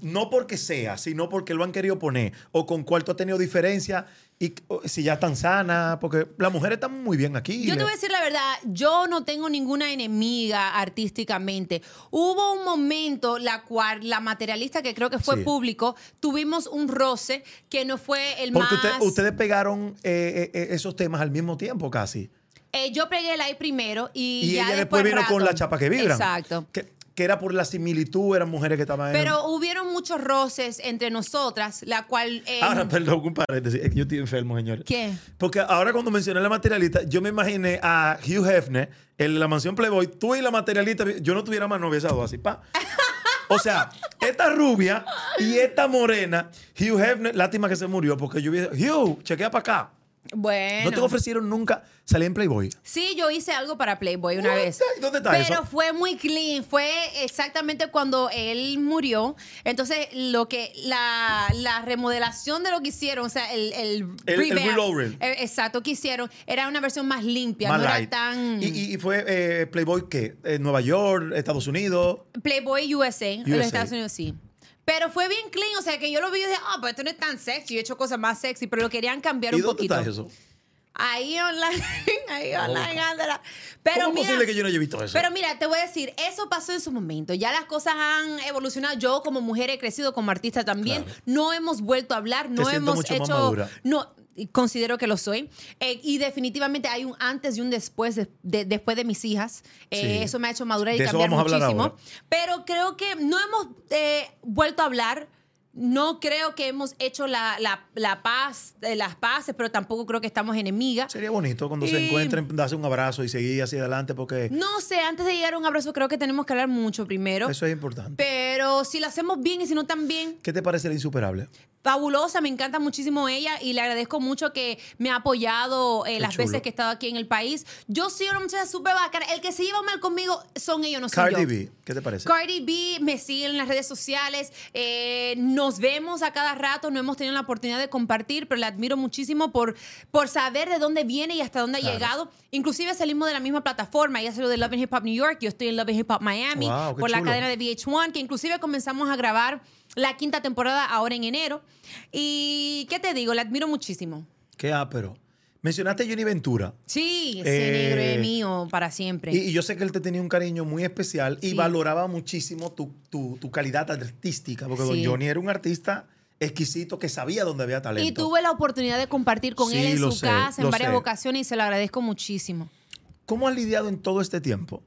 A: no porque sea, sino porque lo han querido poner, o con cuál tú has tenido diferencia, y o si ya están sanas, porque las mujeres están muy bien aquí.
B: Yo te
A: Le-
B: voy a decir la verdad, yo no tengo ninguna enemiga artísticamente. Hubo un momento la cual la materialista que creo que fue
A: Sí.
B: público, tuvimos un roce que no fue el
A: Porque
B: más
A: usted- ustedes pegaron eh, eh, eh, esos temas al mismo tiempo casi.
B: Eh, yo pegué el ahí primero y,
A: Y,
B: ya
A: ella después vino
B: rato.
A: con la chapa que vibran. Em.
B: Exacto.
A: Que, que era por la similitud, eran mujeres que estaban en-
B: Pero hubieron muchos roces entre nosotras, la cual eh,
A: Ahora, Ah, pues, perdón, un paréntesis. Es que yo estoy enfermo, señores.
B: ¿Qué?
A: Porque ahora cuando mencioné la materialista, yo me imaginé a Hugh Hefner, el de la mansión Playboy, tú y la materialista, yo no tuviera más novia esas dos, así, pa. O sea, esta rubia y esta morena, Hugh Hefner, lástima que se murió, porque yo hubiese, Hugh, chequea para acá. No
B: Bueno.
A: te ofrecieron nunca salir en Playboy.
B: Sí, yo hice algo para Playboy una
A: What
B: vez.
A: the- ¿dónde está
B: Pero
A: eso?
B: fue muy clean. Fue exactamente cuando él murió. Entonces, lo que la, la remodelación de lo que hicieron, o sea, el, el,
A: El- el
B: revamp,
A: reloading.
B: eh, exacto, que hicieron, era una versión más limpia,
A: Más
B: no era
A: light.
B: tan.
A: Y, y- y fue eh, Playboy, ¿qué? Eh, Nueva York, Estados Unidos.
B: Playboy USA, en los
A: USA.
B: Estados Unidos, sí. Pero fue bien clean, o sea que yo lo vi y dije, ah, pero esto no es tan sexy, yo he hecho cosas más sexy, pero lo querían cambiar
A: ¿Y
B: un
A: dónde
B: poquito.
A: está eso?
B: Ahí online, ahí online, Ándala.
A: ¿Cómo
B: Pero
A: es
B: mira,
A: posible que yo no haya visto eso?
B: Pero mira, te voy a decir, eso pasó en su momento. Ya las cosas han evolucionado. Yo como mujer he crecido como artista también.
A: Claro.
B: No hemos vuelto a hablar, no
A: siento
B: hemos
A: mucho
B: hecho
A: más madura.
B: no y considero que lo soy Eh, y definitivamente hay un antes y un después de, de- después de mis hijas Eh,
A: Sí.
B: eso me ha hecho madurar y
A: De eso
B: cambiar
A: vamos a hablar
B: muchísimo
A: ahora.
B: pero creo que no hemos eh, vuelto a hablar no creo que hemos hecho la, la- la paz eh, las paces pero tampoco creo que estamos enemigas
A: Sería bonito cuando se
B: Y-
A: encuentren, darse un abrazo y seguir hacia adelante porque
B: no sé antes de llegar a un abrazo creo que tenemos que hablar mucho primero
A: eso es importante.
B: pero si la hacemos bien y si no tan bien,
A: ¿Qué te parece la insuperable?
B: fabulosa, me encanta muchísimo ella y le agradezco mucho que me ha apoyado eh,
A: Qué
B: las
A: chulo.
B: veces que he estado aquí en el país. Yo soy una muchacha súper bacana. El que se lleva mal conmigo son ellos, no soy
A: Cardi
B: yo.
A: B, ¿qué te parece?
B: Cardi B me sigue en las redes sociales, eh, nos vemos a cada rato, no hemos tenido la oportunidad de compartir, pero la admiro muchísimo por, por saber de dónde viene y hasta dónde ha
A: Claro.
B: llegado. Inclusive salimos de la misma plataforma, ella salió de Love and Hip Hop New York, yo estoy en Love and Hip Hop Miami,
A: Wow, qué
B: por la
A: chulo.
B: cadena de VH1, que inclusive comenzamos a grabar la quinta temporada ahora en enero. Y, ¿qué te digo? La admiro muchísimo.
A: ¿Qué ápero? Mencionaste a Johnny Ventura.
B: Sí, ese
A: Eh,
B: negro es mío para siempre.
A: Y, y yo sé que él te tenía un cariño muy especial y
B: Sí.
A: valoraba muchísimo tu, tu- tu calidad artística, porque
B: Sí.
A: Don Johnny era un artista exquisito que sabía dónde había talento.
B: Y tuve la oportunidad de compartir con
A: Sí,
B: él en
A: lo
B: su
A: sé,
B: casa en
A: lo
B: varias
A: sé.
B: ocasiones y se lo agradezco muchísimo.
A: ¿Cómo has lidiado en todo este tiempo?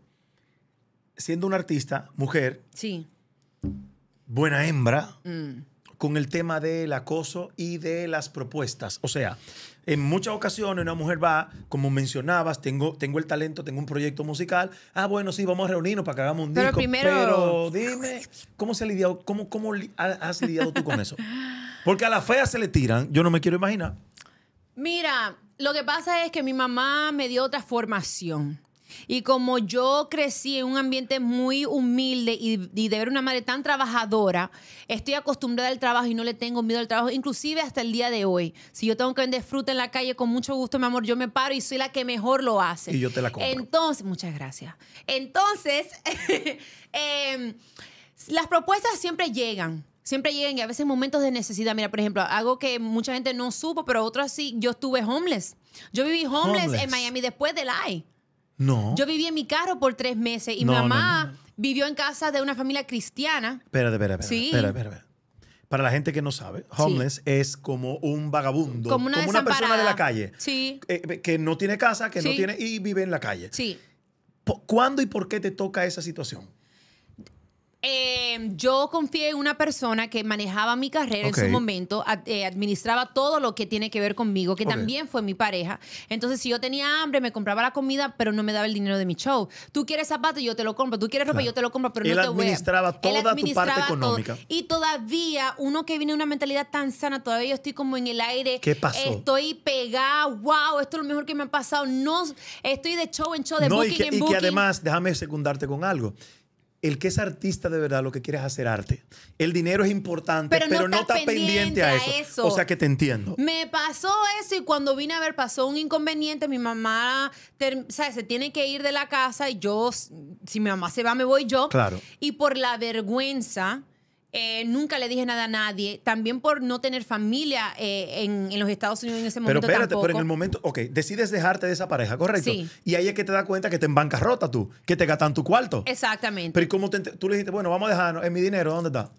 A: Siendo una artista, mujer,
B: Sí.
A: buena hembra,
B: Mm.
A: con el tema del acoso y de las propuestas. O sea, en muchas ocasiones una mujer va, como mencionabas, tengo, tengo el talento, tengo un proyecto musical. Ah, bueno, sí, vamos a reunirnos para que hagamos un
B: Pero
A: disco.
B: primero-
A: Pero dime, ¿cómo, se ha lidiado, cómo, cómo li- ha- has lidiado tú con eso? Porque a la fea se le tiran, yo no me quiero imaginar.
B: Mira, lo que pasa es que mi mamá me dio otra formación. Y como yo crecí en un ambiente muy humilde y, y de ver una madre tan trabajadora, estoy acostumbrada al trabajo y no le tengo miedo al trabajo, inclusive hasta el día de hoy. Si yo tengo que vender fruta en la calle, con mucho gusto, mi amor, yo me paro y soy la que mejor lo hace.
A: Y yo te la compro.
B: Entonces, muchas gracias. Entonces, em, las propuestas siempre llegan. Siempre llegan y a veces momentos de necesidad. Mira, por ejemplo, algo que mucha gente no supo, pero otros sí. Yo estuve homeless. Yo viví homeless,
A: Homeless.
B: en Miami después del AI.
A: No.
B: Yo viví en mi carro por tres meses y mi
A: No, no,
B: mamá
A: no, no.
B: vivió en casa de una familia cristiana.
A: Espérate, espérate, espérate,
B: Sí.
A: espérate, espérate, espérate. Para la gente que no sabe, homeless es como un vagabundo,
B: Como una
A: persona de
B: desamparada.
A: la calle,
B: Sí.
A: eh, que no tiene casa, que no
B: Sí.
A: tiene y vive en la calle.
B: Sí.
A: Po- ¿Cuándo y por qué te toca esa situación?
B: Eh, yo confié en una persona que manejaba mi carrera
A: Ok.
B: en su momento, ad- eh, administraba todo lo que tiene que ver conmigo, que
A: Ok.
B: también fue mi pareja. Entonces, si yo tenía hambre, me compraba la comida, pero no me daba el dinero de mi show. Tú quieres zapatos, yo te lo compro. Tú quieres ropa,
A: Claro.
B: yo te lo compro, pero
A: Él
B: no te voy a...
A: administraba toda tu parte
B: todo.
A: económica.
B: Y todavía, uno que viene de una mentalidad tan sana, todavía yo estoy como en el aire.
A: ¿Qué pasó?
B: Estoy pegada, wow, esto es lo mejor que me ha pasado. No, estoy de show en show, de
A: No, y
B: booking
A: que,
B: en
A: y que
B: booking.
A: además, déjame secundarte con algo. El que es artista de verdad lo que quiere es hacer arte. El dinero es importante,
B: Pero
A: pero,
B: no
A: no,
B: estás
A: está pendiente a eso.
B: eso.
A: O sea que te entiendo.
B: Me pasó eso y cuando vine a ver pasó un inconveniente. Mi mamá ter- ¿sabes? se tiene que ir de la casa y yo, si mi mamá se va, me voy yo.
A: Claro.
B: Y por la vergüenza eh, nunca le dije nada a nadie, también por no tener familia eh, en, en los Estados Unidos en ese
A: Pero
B: momento.
A: espérate,
B: tampoco.
A: pero en el momento, ok, decides dejarte de esa pareja, correcto.
B: Sí.
A: Y ahí es que te das cuenta que te en bancarrota tú, que te gastan tu cuarto.
B: Exactamente,
A: Pero ¿y cómo te ent- tú le dijiste, bueno, vamos a dejarnos, es mi dinero, ¿dónde está?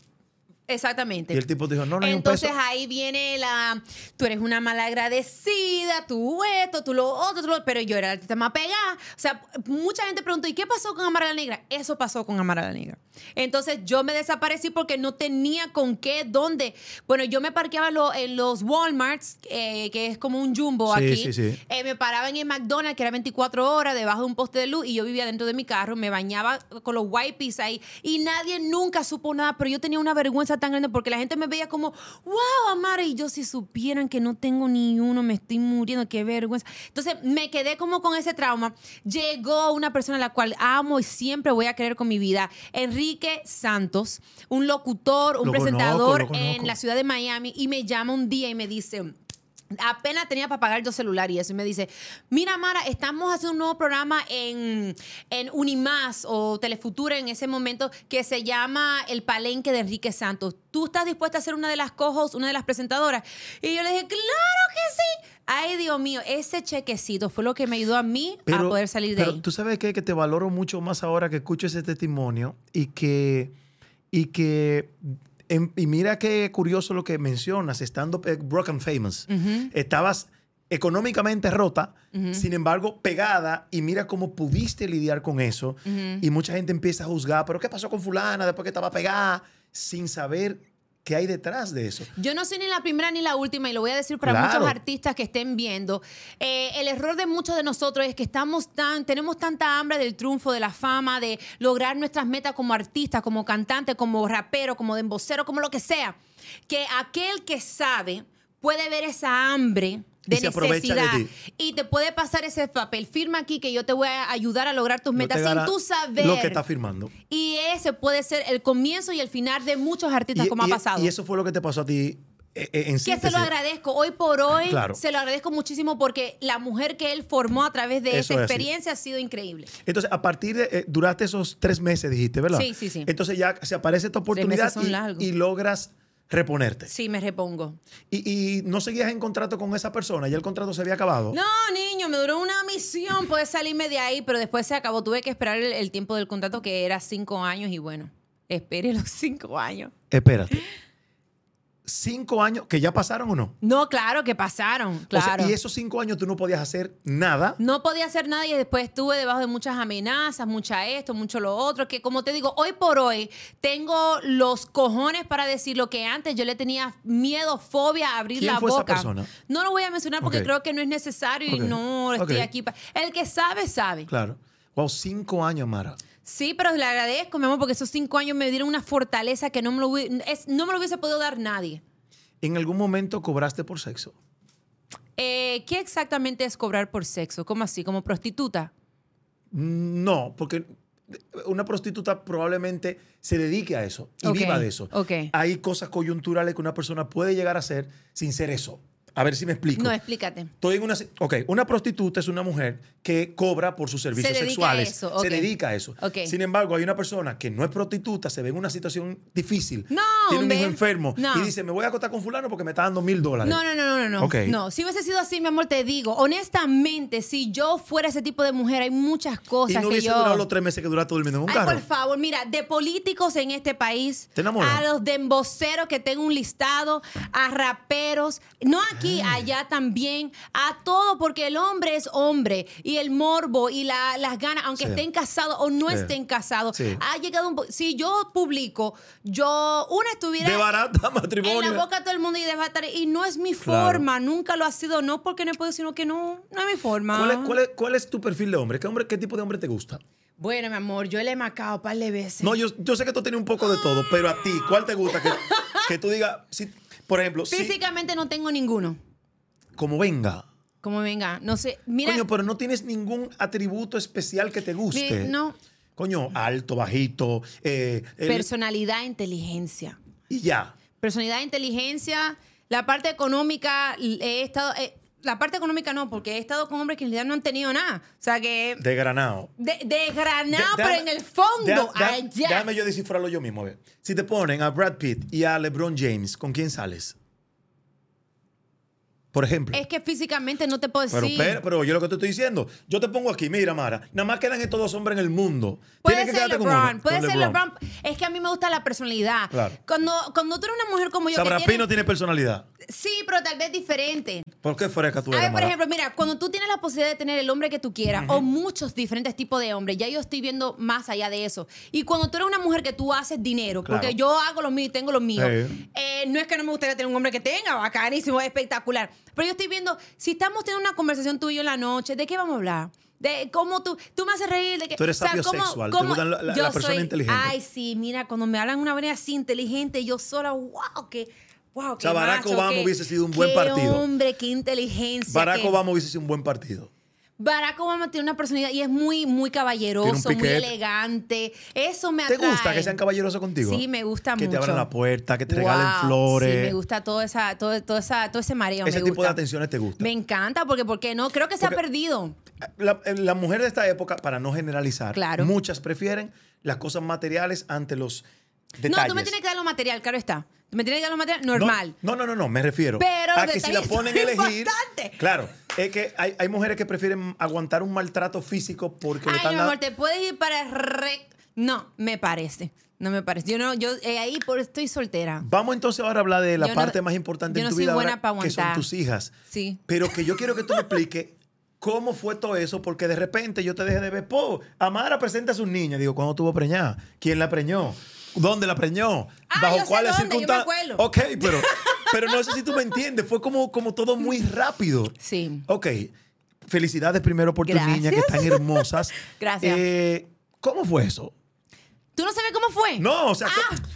B: exactamente.
A: Y el tipo te dijo, no, no hay un peso.
B: Entonces ahí viene la, tú eres una malagradecida, tú esto, tú lo otro, tú lo, pero yo era la artista más pegada. O sea, mucha gente preguntó, ¿y qué pasó con Amara la Negra? Eso pasó con Amara la Negra. Entonces yo me desaparecí porque no tenía con qué, dónde. Bueno, yo me parqueaba en lo- en los Walmarts, eh, que es como un jumbo
A: Sí,
B: aquí.
A: sí, sí.
B: Eh, me paraba en el McDonald's, que era 24 horas, debajo de un poste de luz, y yo vivía dentro de mi carro, me bañaba con los wipes ahí, y nadie nunca supo nada, pero yo tenía una vergüenza tan grande porque la gente me veía como, wow, Amara, y yo si supieran que no tengo ni uno, me estoy muriendo, qué vergüenza. Entonces me quedé como con ese trauma. Llegó una persona a la cual amo y siempre voy a querer con mi vida, Enrique Santos, un locutor, un
A: Lo conozco,
B: presentador
A: lo conozco.
B: en la ciudad de Miami, y me llama un día y me dice apenas tenía para pagar yo celular y eso y me dice mira Mara estamos haciendo un nuevo programa en, en Unimás o Telefutura en ese momento que se llama El Palenque de Enrique Santos ¿tú estás dispuesta a ser una de las cojos una de las presentadoras? y yo le dije claro que sí ay Dios mío ese chequecito fue lo que me ayudó a mí a poder salir de
A: pero
B: ahí
A: tú sabes qué? que te valoro mucho más ahora que escucho ese testimonio y que y que em, y mira qué curioso lo que mencionas estando eh, broke and famous
B: Ujú.
A: estabas económicamente rota
B: Ujú.
A: sin embargo pegada y mira cómo pudiste lidiar con eso
B: Ujú.
A: y mucha gente empieza a juzgar pero qué pasó con fulana después que estaba pegada sin saber qué hay detrás de eso
B: Yo no soy ni la primera ni la última y lo voy a decir para
A: Claro.
B: muchos artistas que estén viendo. Eh, el error de muchos de nosotros es que estamos tan, tenemos tanta hambre del triunfo, de la fama, de lograr nuestras metas como artistas, como cantante, como rapero, como dembocero, como lo que sea, que aquel que sabe puede ver esa hambre de
A: Y se aprovecha de
B: necesidad
A: ti.
B: y te puede pasar ese papel. Firma aquí que yo te voy a ayudar a lograr tus
A: No te
B: metas Pues sin
A: gana
B: tú saber.
A: lo que está firmando
B: Y ese puede ser el comienzo y el final de muchos artistas,
A: y,
B: como
A: y- e
B: ha pasado.
A: y eso fue lo que te pasó a ti eh, eh, en
B: Que se
A: síntesis.
B: lo agradezco. Hoy por hoy
A: Claro.
B: se lo agradezco muchísimo porque la mujer que él formó a través de
A: Eso
B: esa
A: es así.
B: experiencia ha sido increíble.
A: Entonces, a partir de. eh, duraste esos tres meses, dijiste, ¿verdad?
B: Sí, sí, sí.
A: Entonces ya se aparece esta oportunidad
B: meses son
A: y-
B: largos.
A: y, logras reponerte.
B: Sí, me repongo.
A: Y, y no seguías en contrato con esa persona, ya el contrato se había acabado.
B: No, niño, me duró una misión poder salirme de ahí, pero después se acabó. Tuve que esperar el, el tiempo del contrato que era cinco años y bueno, esperé los cinco años.
A: Espérate. Cinco años, que ya pasaron o no.
B: No, claro que pasaron,
A: O sea,
B: claro.
A: y esos cinco años tú no podías hacer nada.
B: No podía hacer nada y después estuve debajo de muchas amenazas, mucha esto, mucho lo otro, que como te digo, hoy por hoy tengo los cojones para decir lo que antes yo le tenía miedo, fobia a abrir
A: ¿Quién
B: la
A: fue esa
B: boca.
A: persona?
B: No lo voy a mencionar porque
A: Ok.
B: creo que no es necesario y
A: Ok.
B: no estoy
A: Ok.
B: aquí. pa- El que sabe, sabe.
A: Claro. Wow, cinco años, Mara.
B: Sí, pero le agradezco, mi amor, porque esos cinco años me dieron una fortaleza que no me lo, hubi- es- no me lo hubiese podido dar nadie.
A: ¿En algún momento cobraste por sexo?
B: Eh, ¿Qué exactamente es cobrar por sexo? ¿Cómo así? ¿Como prostituta?
A: No, porque una prostituta probablemente se dedique a eso y
B: Ok,
A: viva de eso.
B: ok.
A: Hay cosas coyunturales que una persona puede llegar a hacer sin ser eso. A ver si me explico.
B: No, explícate.
A: Estoy en una, si- ok, una prostituta es una mujer que cobra por sus servicios
B: dedica a
A: sexuales.
B: eso, ok.
A: Se dedica a eso.
B: Ok.
A: Sin embargo, hay una persona que no es prostituta, se ve en una situación difícil.
B: No,
A: tiene un hijo
B: hombre.
A: enfermo
B: No.
A: y dice, me voy a acostar con fulano porque me está dando mil dólares.
B: No, no, no, no, no, no.
A: Ok.
B: No, si hubiese sido así, mi amor, te digo, honestamente, si yo fuera ese tipo de mujer, hay muchas
A: Y
B: cosas
A: no
B: que
A: hubiese
B: yo.
A: durado los tres meses que duraste durmiendo en un
B: Ay,
A: carro.
B: por favor, mira, de políticos en este país,
A: ¿Te enamoras?
B: a los demboceros que tengo un listado, a raperos, no aquí,
A: Ah.
B: allá también, a todo, porque el hombre es hombre y el morbo y la- las ganas, aunque
A: Sí.
B: estén casados o no
A: Sí.
B: estén casados,
A: Sí.
B: ha llegado un. po- Si yo publico, yo, una estuviera.
A: De barata matrimonio.
B: En la boca de todo el mundo y de Avatar. Y no es mi
A: Claro.
B: forma, nunca lo ha sido, no porque no he podido, sino que no, no es mi forma.
A: ¿Cuál es, cuál es- cuál es tu perfil de hombre? ¿Qué, hombre? ¿Qué tipo de hombre te gusta?
B: Bueno, mi amor, yo le he macado par de veces.
A: No, yo, yo sé que tú tienes un poco de todo, pero a ti, ¿cuál te gusta? Que, que tú digas, si, por ejemplo, si-
B: Físicamente no tengo ninguno.
A: como venga.
B: Como venga, no sé. Mira,
A: Coño, pero no tienes ningún atributo especial que te
B: mi-
A: guste.
B: no.
A: Coño, alto, bajito, eh, el-
B: Personalidad, e inteligencia. e
A: y ya.
B: Personalidad, inteligencia. La parte económica, l- he estado. eh, la parte económica no, porque he estado con hombres que en realidad no han tenido nada. O sea que.
A: De granado.
B: De, de
A: De-
B: granado, pero
A: déjame-
B: en el fondo,
A: deja- deja-
B: allá.
A: Déjame yo descifrarlo yo mismo. a ver. Si te ponen a Brad Pitt y a LeBron James, ¿con quién sales? Por ejemplo.
B: Es que físicamente no te puedo
A: Pero,
B: decir.
A: pero, pero yo lo que te estoy diciendo, yo te pongo aquí, mira, Mara, nada más quedan estos dos hombres en el mundo.
B: Puede
A: Tienes que
B: ser
A: quedarte con
B: LeBron,
A: uno,
B: puede
A: con
B: ser LeBron. Es que a mí me gusta la personalidad.
A: Claro.
B: Cuando, cuando tú eres una mujer como yo, que
A: Sabra
B: tiene-
A: Pi no tiene personalidad.
B: sí, pero tal vez diferente.
A: ¿Por qué fresca tú
B: A
A: eres,
B: ver, por
A: Mara?
B: ejemplo, mira, cuando tú tienes la posibilidad de tener el hombre que tú quieras o muchos diferentes tipos de hombres, ya yo estoy viendo más allá de eso. Y cuando tú eres una mujer que tú haces dinero,
A: Claro.
B: porque yo hago lo mío y tengo lo mío,
A: Sí.
B: eh, no es que no me gustaría tener un hombre que tenga, bacanísimo, espectacular. Pero yo estoy viendo, si estamos teniendo una conversación tú y yo en la noche, ¿de qué vamos a hablar? De cómo tú, tú me haces reír, de que
A: Tú eres sabio sexual, te gustan la- la-
B: yo
A: la persona
B: soy-
A: inteligente.
B: Ay, sí, mira, cuando me hablan de una manera así inteligente, yo sola, wow, que, wow, que
A: sea, Barack
B: macho,
A: Obama
B: que-
A: hubiese sido un buen
B: qué
A: partido.
B: hombre, qué inteligencia.
A: Barack
B: qué-
A: Obama hubiese sido un buen partido.
B: Barack Obama tiene una personalidad y es muy, muy caballeroso,
A: Tiene un
B: muy
A: piquete.
B: elegante. Eso me
A: ¿Te
B: atrae.
A: gusta que sean caballerosos contigo?
B: Sí, me gusta
A: Que te
B: mucho.
A: abran la puerta, que te
B: Wow,
A: regalen flores.
B: Sí, me gusta todo, esa, todo, todo esa, todo ese mareo.
A: Ese
B: me
A: tipo de
B: gusta.
A: atenciones te gusta.
B: Me encanta, porque ¿por qué no? Creo que se ha
A: Porque-
B: perdido.
A: La, eh, la mujer de esta época, para no generalizar,
B: Claro.
A: muchas prefieren las cosas materiales ante los detalles.
B: No, tú me tienes que dar lo material, claro está. Tú me tienes que dar lo material normal.
A: No, no, no, no, me refiero.
B: Pero
A: a
B: los
A: que si la
B: detalles
A: ponen a
B: son
A: elegir.
B: importantes.
A: Claro, es que hay, hay mujeres que prefieren aguantar un maltrato físico porque le
B: Ay,
A: están
B: mi
A: dando-
B: amor, te puedes ir para... re- No, me parece. No me parece. Yo no, yo eh, ahí por, estoy soltera.
A: Vamos entonces ahora a hablar de la
B: Yo no-
A: parte más importante en
B: yo no
A: tu
B: soy
A: vida
B: buena
A: ahora,
B: pa'
A: que son
B: aguantar.
A: tus hijas.
B: Sí.
A: Pero que yo quiero que tú me expliques cómo fue todo eso, porque de repente yo te dejé de ver. Po, Amara presenta a sus niñas. Digo, ¿cuándo tuvo preñada? ¿Quién la preñó? ¿Dónde la preñó?
B: Ah,
A: ¿Bajo
B: yo sé
A: cuáles
B: dónde, yo me
A: circunstancias?
B: acuerdo.
A: Ok, pero, pero no sé si tú me entiendes. Fue como, como todo muy rápido.
B: Sí.
A: Ok. Felicidades primero por tus
B: Gracias.
A: niñas que están hermosas.
B: Gracias.
A: Eh, ¿Cómo fue eso?
B: ¿Tú no sabes cómo fue?
A: No, o sea, ¿con-
B: Ah.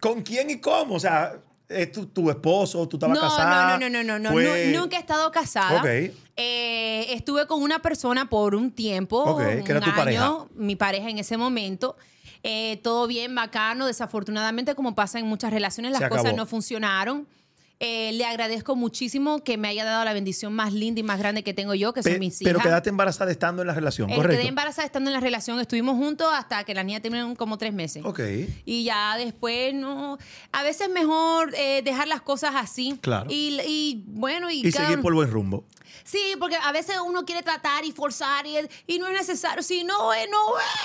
A: ¿con quién y cómo? O sea, ¿es tu, tu esposo? ¿Tú estabas
B: no,
A: casada?
B: No, no, no, no, no,
A: Fue-
B: nu- Nunca he estado casada.
A: Ok.
B: Eh, estuve con una persona por un tiempo.
A: Ok,
B: un
A: que era tu
B: año,
A: pareja.
B: Mi pareja en ese momento. Eh, todo bien, bacano. Desafortunadamente, como pasa en muchas relaciones, las
A: Se
B: cosas
A: acabó.
B: no funcionaron. Eh, le agradezco muchísimo que me haya dado la bendición más linda y más grande que tengo yo, que
A: Pe-
B: son mis hijas.
A: Pero quedaste embarazada estando en la relación,
B: Eh,
A: correcto.
B: Quedé embarazada estando en la relación. Estuvimos juntos hasta que la niña terminó como tres meses.
A: Ok,
B: Y ya después, no. A veces mejor eh, dejar las cosas así.
A: Claro.
B: Y, y bueno, y,
A: y
B: cada
A: seguir
B: uno-
A: por buen rumbo.
B: Sí, porque a veces uno quiere tratar y forzar y, y no es necesario. Si no es, no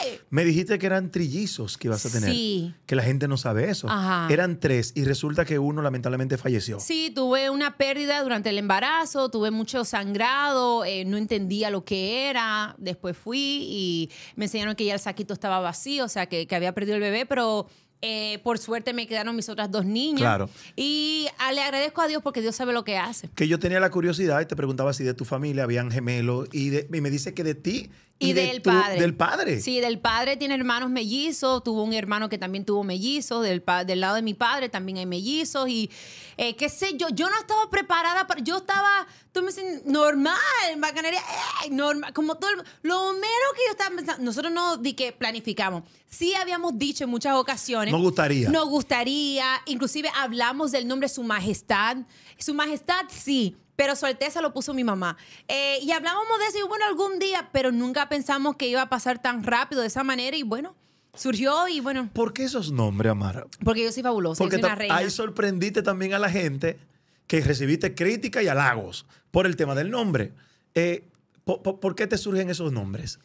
B: eh. es.
A: Me dijiste que eran trillizos que ibas a tener.
B: Sí.
A: Que la gente no sabe eso.
B: Ajá.
A: Eran tres y resulta que uno lamentablemente falleció.
B: Sí, tuve una pérdida durante el embarazo, tuve mucho sangrado, eh, no entendía lo que era. Después fui y me enseñaron que ya el saquito estaba vacío, o sea, que, que había perdido el bebé, pero eh, por suerte me quedaron mis otras dos niñas.
A: Claro.
B: Y ah, le agradezco a Dios porque Dios sabe lo que hace.
A: Que yo tenía la curiosidad y te preguntaba si de tu familia habían gemelos y, de- y me dice que de ti
B: Y,
A: de
B: del
A: tu-
B: padre.
A: Del padre.
B: Sí, del padre tiene hermanos mellizos. Tuvo un hermano que también tuvo mellizos. Del, pa- del lado de mi padre también hay mellizos. Y eh, qué sé yo, yo no estaba preparada para. Yo estaba, tú me dices, normal, en bacanería, eh, normal. Como todo el mu- Lo mero que yo estaba pensando. Nosotros no di que planificamos. Sí habíamos dicho en muchas ocasiones.
A: Nos gustaría.
B: Nos gustaría. Inclusive hablamos del nombre Su Majestad. Su Majestad, sí. Pero su alteza lo puso mi mamá. Eh, y hablábamos de eso y bueno, algún día, pero nunca pensamos que iba a pasar tan rápido de esa manera. Y bueno, surgió y bueno,
A: ¿Por qué esos nombres, Amara?
B: porque yo soy fabulosa,
A: Porque
B: yo soy una
A: tam-
B: reina.
A: ahí sorprendiste también a la gente que recibiste crítica y halagos por el tema del nombre. Eh, po- po- ¿Por qué te surgen esos nombres?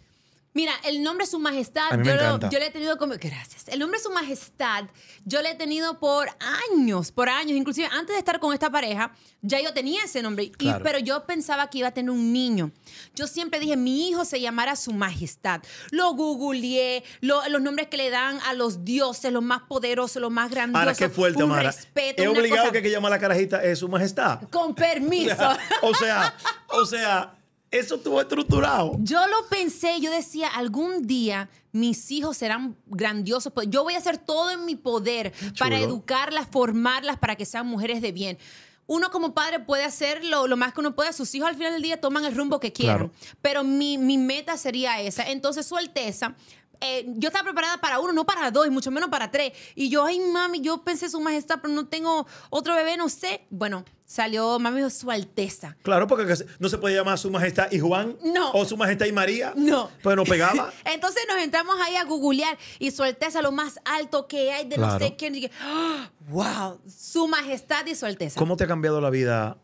B: Mira, el nombre Su Majestad,
A: A mí me
B: yo, lo,
A: encanta.
B: yo le he tenido como. Gracias. El nombre Su Majestad, yo le he tenido por años, por años. Inclusive antes de estar con esta pareja, ya yo tenía ese nombre. Y-
A: Claro.
B: pero yo pensaba que iba a tener un niño. Yo siempre dije, mi hijo se llamara Su Majestad. Lo googleé, lo- los nombres que le dan a los dioses, los más poderosos, los más grandiosos.
A: Ahora, qué fuerte,
B: un
A: Amara.
B: respeto,
A: He
B: una
A: obligado
B: cosa-
A: que, que llama a la carajita es su majestad.
B: Con permiso.
A: o sea, o sea, eso estuvo estructurado.
B: Yo lo pensé, yo decía, algún día mis hijos serán grandiosos. pues Yo voy a hacer todo en mi poder para educarlas, formarlas, para que sean mujeres de bien. Uno como padre puede hacer lo, lo más que uno pueda. Sus hijos al final del día toman el rumbo que quieran.
A: Claro.
B: Pero mi, mi meta sería esa. Entonces, Su Alteza eh, yo estaba preparada para uno, no para dos, y mucho menos para tres. Y yo, ay, mami, yo pensé su majestad, pero no tengo otro bebé, no sé. Bueno, salió, mami dijo, su alteza.
A: Claro, porque no se podía llamar su majestad y Juan.
B: No.
A: O su majestad y María.
B: No.
A: Pues no pegaba.
B: Entonces nos entramos ahí a googlear y su alteza lo más alto que hay de no
A: Claro.
B: sé quién. Y dije, ¡ah! wow, su majestad y su alteza.
A: ¿Cómo te ha cambiado la vida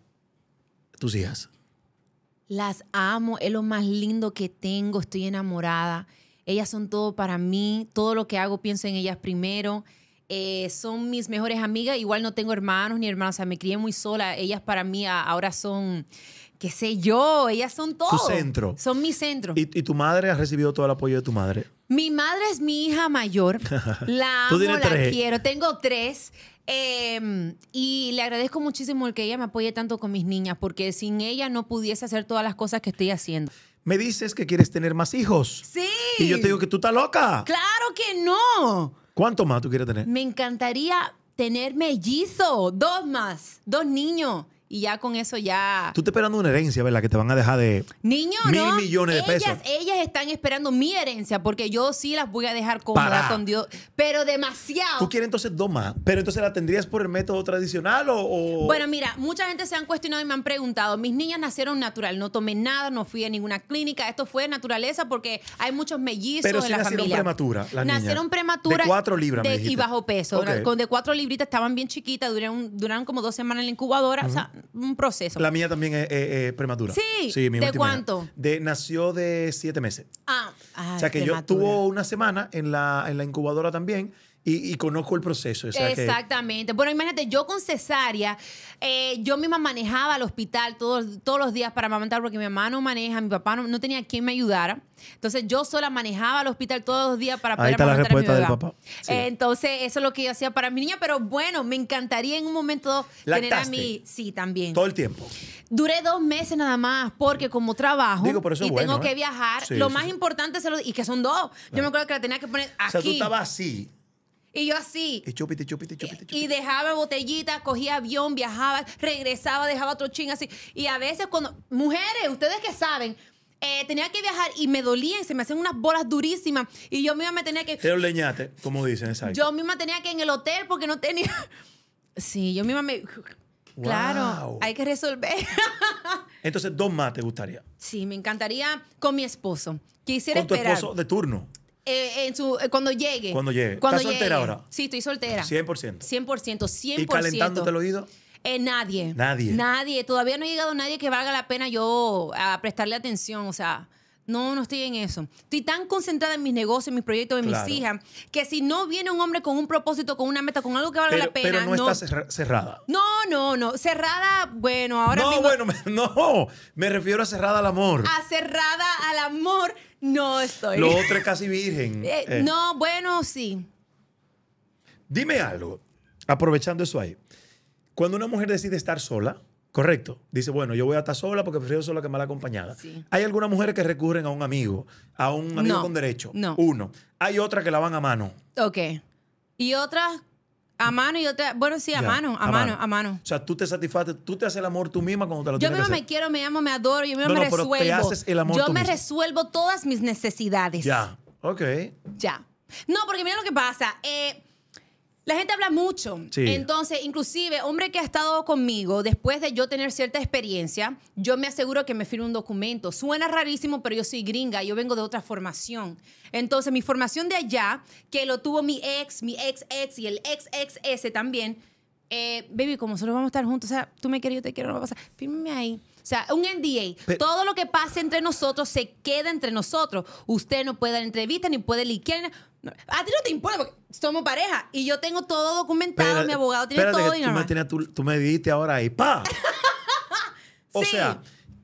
A: tus hijas?
B: Las amo, es lo más lindo que tengo, estoy enamorada. Ellas son todo para mí, todo lo que hago pienso en ellas primero. Eh, son mis mejores amigas, igual no tengo hermanos ni hermanas, o sea, me crié muy sola. Ellas para mí a- ahora son, qué sé yo, ellas son todo.
A: centro.
B: Son mi centro.
A: ¿Y, y tu madre ha recibido todo el apoyo de tu madre?
B: Mi madre es mi hija mayor. La
A: Tú
B: amo,
A: tienes
B: la
A: tres.
B: quiero. Tengo tres. Eh, y le agradezco muchísimo el que ella me apoye tanto con mis niñas, porque sin ella no pudiese hacer todas las cosas que estoy haciendo.
A: Me dices que quieres tener más hijos.
B: Sí.
A: Y yo te digo que tú estás loca.
B: Claro que no.
A: ¿Cuánto más tú quieres tener?
B: Me encantaría tener mellizo, dos más, dos niños. Y ya con eso ya...
A: Tú estás esperando una herencia, ¿verdad? Que te van a dejar de...
B: Niño,
A: Mil
B: no.
A: millones de
B: ellas,
A: pesos.
B: Ellas están esperando mi herencia porque yo sí las voy a dejar cómodas
A: Para.
B: con Dios, pero demasiado.
A: Tú quieres entonces dos más. Pero entonces la tendrías por el método tradicional o... o-
B: Bueno, mira, mucha gente se han cuestionado y me han preguntado, mis niñas nacieron natural, no tomé nada, no fui a ninguna clínica, esto fue naturaleza porque hay muchos mellizos
A: Pero
B: en
A: sí
B: la
A: nacieron
B: familia.
A: prematura, las niñas.
B: nacieron prematuras.
A: De cuatro libras, me
B: de- y
A: dijiste.
B: bajo peso.
A: Ok.
B: Con de cuatro libritas estaban bien chiquitas, duraron, duraron como dos semanas en la incubadora, o sea, un proceso.
A: La mía también es, es- es prematura.
B: Sí.
A: mi última
B: ¿De
A: hija.
B: cuánto?
A: De, nació de siete meses.
B: Ah, ay,
A: o sea que yo
B: prematura.
A: tuvo una semana en la, en la incubadora también y, y conozco el proceso. O sea que-
B: Exactamente. Bueno, imagínate, yo con cesárea, eh, yo misma manejaba al hospital todos, todos los días para amamantar porque mi mamá no maneja, mi papá no, no tenía quien me ayudara. Entonces yo sola manejaba al hospital todos los días para
A: Ahí
B: poder
A: está la
B: amamantar a mi
A: respuesta del
B: bebé.
A: papá. Sí.
B: Eh, entonces eso es lo que yo hacía para mi niña, pero bueno, me encantaría en un momento tener a
A: ¿Lactaste?
B: mi... Sí, también.
A: todo el tiempo.
B: Duré dos meses nada más porque como trabajo
A: Digo, pero eso
B: y
A: es bueno,
B: tengo
A: ¿eh?
B: que viajar,
A: Sí,
B: lo
A: sí,
B: más
A: sí.
B: importante se lo... Y que son dos. Yo me acuerdo que la tenía que poner aquí.
A: O sea, tú estabas así.
B: Y yo así.
A: Y chupite, chupite, chupite, chupite.
B: Y dejaba botellitas, cogía avión, viajaba, regresaba, dejaba otro ching así. Y a veces cuando, mujeres, ustedes que saben, eh, tenía que viajar y me dolían, se me hacían unas bolas durísimas. Y yo misma me tenía que,
A: Te lo leñaste, como dicen, exacto.
B: yo misma tenía que en el hotel porque no tenía... Sí, yo misma me... Claro,
A: Wow.
B: hay que resolver.
A: Entonces, dos más te gustaría.
B: Sí, me encantaría con mi esposo. Quisiera
A: Con tu
B: esperar.
A: esposo de turno.
B: eh, en su, eh, cuando llegue.
A: Cuando llegue. ¿Estás soltera ahora?
B: Sí, estoy soltera.
A: 100%.
B: 100%, 100%.
A: Y calentándote el oído.
B: Eh, nadie.
A: Nadie.
B: Nadie. Todavía no ha llegado nadie que valga la pena yo a prestarle atención. O sea, no, no estoy en eso. Estoy tan concentrada en mis negocios, en mis proyectos, en
A: Claro.
B: mis hijas, que si no viene un hombre con un propósito, con una meta, con algo que valga
A: Pero,
B: la pena,
A: pero no,
B: no.
A: estás cerra- cerrada.
B: no, no, no. Cerrada, bueno, ahora
A: no,
B: mismo. Ah,
A: bueno, me- no. Me refiero a cerrada al amor.
B: A cerrada al amor, no estoy.
A: Lo otro es casi virgen.
B: Eh,
A: Eh,
B: No, bueno, sí.
A: Dime algo, aprovechando eso ahí. Cuando una mujer decide estar sola, correcto, dice, bueno, yo voy a estar sola porque prefiero sola que mal acompañada.
B: Sí.
A: Hay algunas mujeres que recurren a un amigo, a un amigo
B: No,
A: con derecho.
B: no.
A: Uno. Hay otras que la van a mano.
B: Ok. Y otras a mano y otras. Bueno, sí, a
A: Ya,
B: mano, a, mano, a mano.
A: O sea, tú te satisfaces, tú te haces el amor tú misma cuando te lo
B: Yo
A: tienes
B: misma
A: que
B: me
A: hacer.
B: quiero, me amo, me adoro, yo misma
A: No,
B: me
A: no, pero
B: resuelvo.
A: te haces el amor
B: yo
A: tú
B: me
A: misma.
B: resuelvo todas mis necesidades.
A: Ya, ok.
B: Ya. No, porque mira lo que pasa. eh, la gente habla mucho.
A: Sí.
B: Entonces, inclusive, hombre que ha estado conmigo, después de yo tener cierta experiencia, yo me aseguro que me firme un documento. Suena rarísimo, pero yo soy gringa, yo vengo de otra formación. Entonces, mi formación de allá, que lo tuvo mi ex, mi ex ex y el ex ex ese también. eh, baby, como solo vamos a estar juntos, o sea, tú me quieres, yo te quiero, no va a pasar. Fírmeme ahí. O sea, un NDA.
A: Pero-
B: Todo lo que pase entre nosotros se queda entre nosotros. Usted no puede dar entrevista ni puede liquear. No. A ti no te importa porque somos pareja y yo tengo todo documentado,
A: Espérate-
B: mi abogado tiene
A: espérate
B: todo
A: que
B: y
A: tú, me
B: normal.
A: tenías- tú, tú me dijiste ahora ahí, ¡pa! o
B: Sí.
A: sea,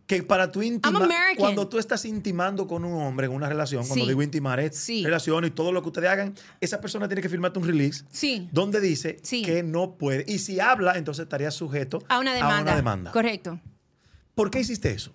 A: que para tu intimar,
B: American.
A: cuando tú estás intimando con un hombre en una relación, cuando
B: Sí.
A: digo intimar es
B: Sí.
A: relación y todo lo que ustedes hagan, esa persona tiene que firmarte un release
B: Sí.
A: donde dice
B: Sí.
A: que no puede. Y si habla, entonces estaría sujeto
B: A una demanda.
A: A una demanda.
B: Correcto.
A: ¿Por qué hiciste eso?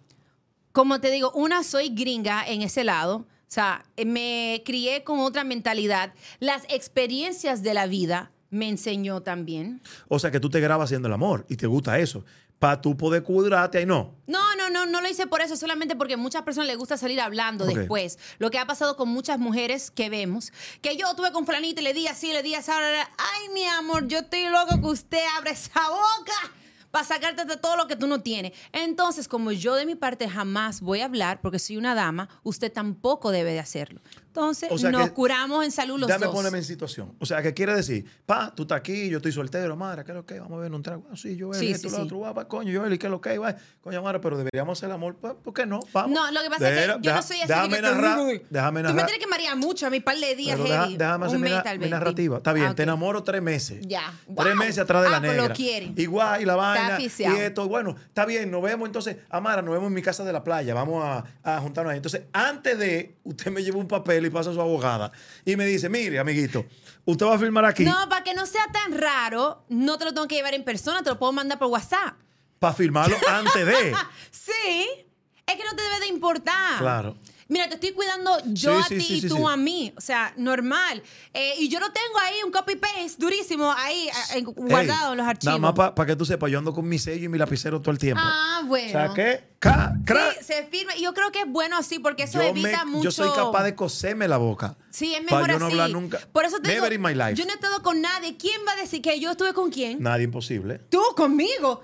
B: Como te digo, una soy gringa en ese lado. O sea, eh, me crié con otra mentalidad. Las experiencias de la vida me enseñó también.
A: O sea, que tú te grabas haciendo el amor y te gusta eso. Para tú poder cuadrarte ahí, no.
B: No, no, no, no, no lo hice por eso, solamente porque a muchas personas les gusta salir hablando
A: Ok.
B: después. Lo que ha pasado con muchas mujeres que vemos, que yo tuve con Flanita y le di así, le di así, ahora, ahora, ay, mi amor, yo estoy loco que usted abra esa boca para sacarte de todo lo que tú no tienes. Entonces, como yo de mi parte jamás voy a hablar porque soy una dama, usted tampoco debe de hacerlo. Entonces,
A: O sea
B: nos
A: que-
B: curamos en salud los
A: Dame
B: dos.
A: ponerme en situación. O sea, ¿qué quiere decir? Pa, tú estás aquí, yo estoy soltero, madre, ¿qué es lo que? Vamos a ver un trago. Ah, sí, yo
B: Sí,
A: esto,
B: sí,
A: lo
B: sí.
A: otro, va, va, coño, yo ¿y ¿qué es lo que? Va, coño, madre, pero deberíamos hacer el amor, pa, ¿por qué no? Vamos.
B: No, lo que pasa es que
A: Deja-
B: yo
A: deja-
B: no soy así. de
A: Déjame
B: que
A: narrar.
B: todo el mundo-
A: Déjame
B: Tú me
A: narrar.
B: tienes que marear mucho a mi par de días
A: Pero
B: heavy.
A: deja- déjame
B: un
A: hacer mi,
B: mes,
A: na-
B: tal
A: mi
B: vez.
A: narrativa. Está bien,
B: Ah,
A: te
B: ok.
A: enamoro tres meses.
B: Ya.
A: Tres
B: Wow.
A: meses atrás de la
B: Ah, pues lo
A: negra.
B: quiere.
A: Igual, y la vaina.
B: aficiado.
A: Y esto, bueno, está bien, nos vemos entonces. Amara, nos vemos en mi casa de la playa. Vamos a, a juntarnos ahí. Entonces, antes de, usted me lleva un papel y pasa a su abogada. Y me dice, mire, amiguito, usted va a firmar aquí.
B: No, para que no sea tan raro, no te lo tengo que llevar en persona, te lo puedo mandar por WhatsApp.
A: Para firmarlo antes de.
B: Sí, es que no te debe de importar.
A: Claro.
B: Mira, te estoy cuidando yo
A: Sí,
B: a
A: sí,
B: ti
A: sí,
B: y
A: sí,
B: tú
A: sí.
B: a mí. O sea, normal. Eh, y yo no tengo ahí un copy-paste durísimo ahí eh, eh, guardado
A: Ey,
B: en los
A: Nada
B: archivos.
A: más para que tú sepas, yo ando con mi sello y mi lapicero todo el tiempo.
B: Ah,
A: O
B: bueno.
A: sea, que. ca- cra-
B: Sí, se firma. Y Yo creo que es bueno así porque eso
A: yo, me-
B: evita mucho.
A: yo soy capaz de coserme la boca.
B: Sí, es
A: Pa'
B: mejor
A: yo no
B: así.
A: hablar nunca.
B: Por eso te
A: Never
B: digo,
A: in my life.
B: yo no he estado con nadie. ¿Quién va a decir que yo estuve con quién?
A: Nadie imposible.
B: ¿Tú conmigo?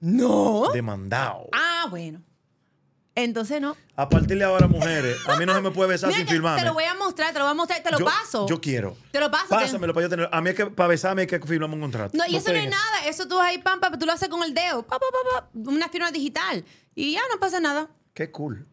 B: No.
A: Demandado.
B: Ah, bueno. Entonces no.
A: A partir de ahora, mujeres, a mí no se me puede besar
B: Mira
A: sin
B: que te
A: filmarme.
B: lo voy a mostrar, te lo voy a mostrar, te lo
A: yo,
B: paso.
A: Yo quiero.
B: Te lo paso.
A: Pásamelo para yo tener. A mí es que para besarme hay que firmarme un contrato.
B: No, y eso no es
A: tengas.
B: nada. Eso tú vas ahí, pam, pam, tú lo haces con el dedo. Pa, pa, pa, pa, una firma digital. Y ya no pasa nada.
A: Qué cool.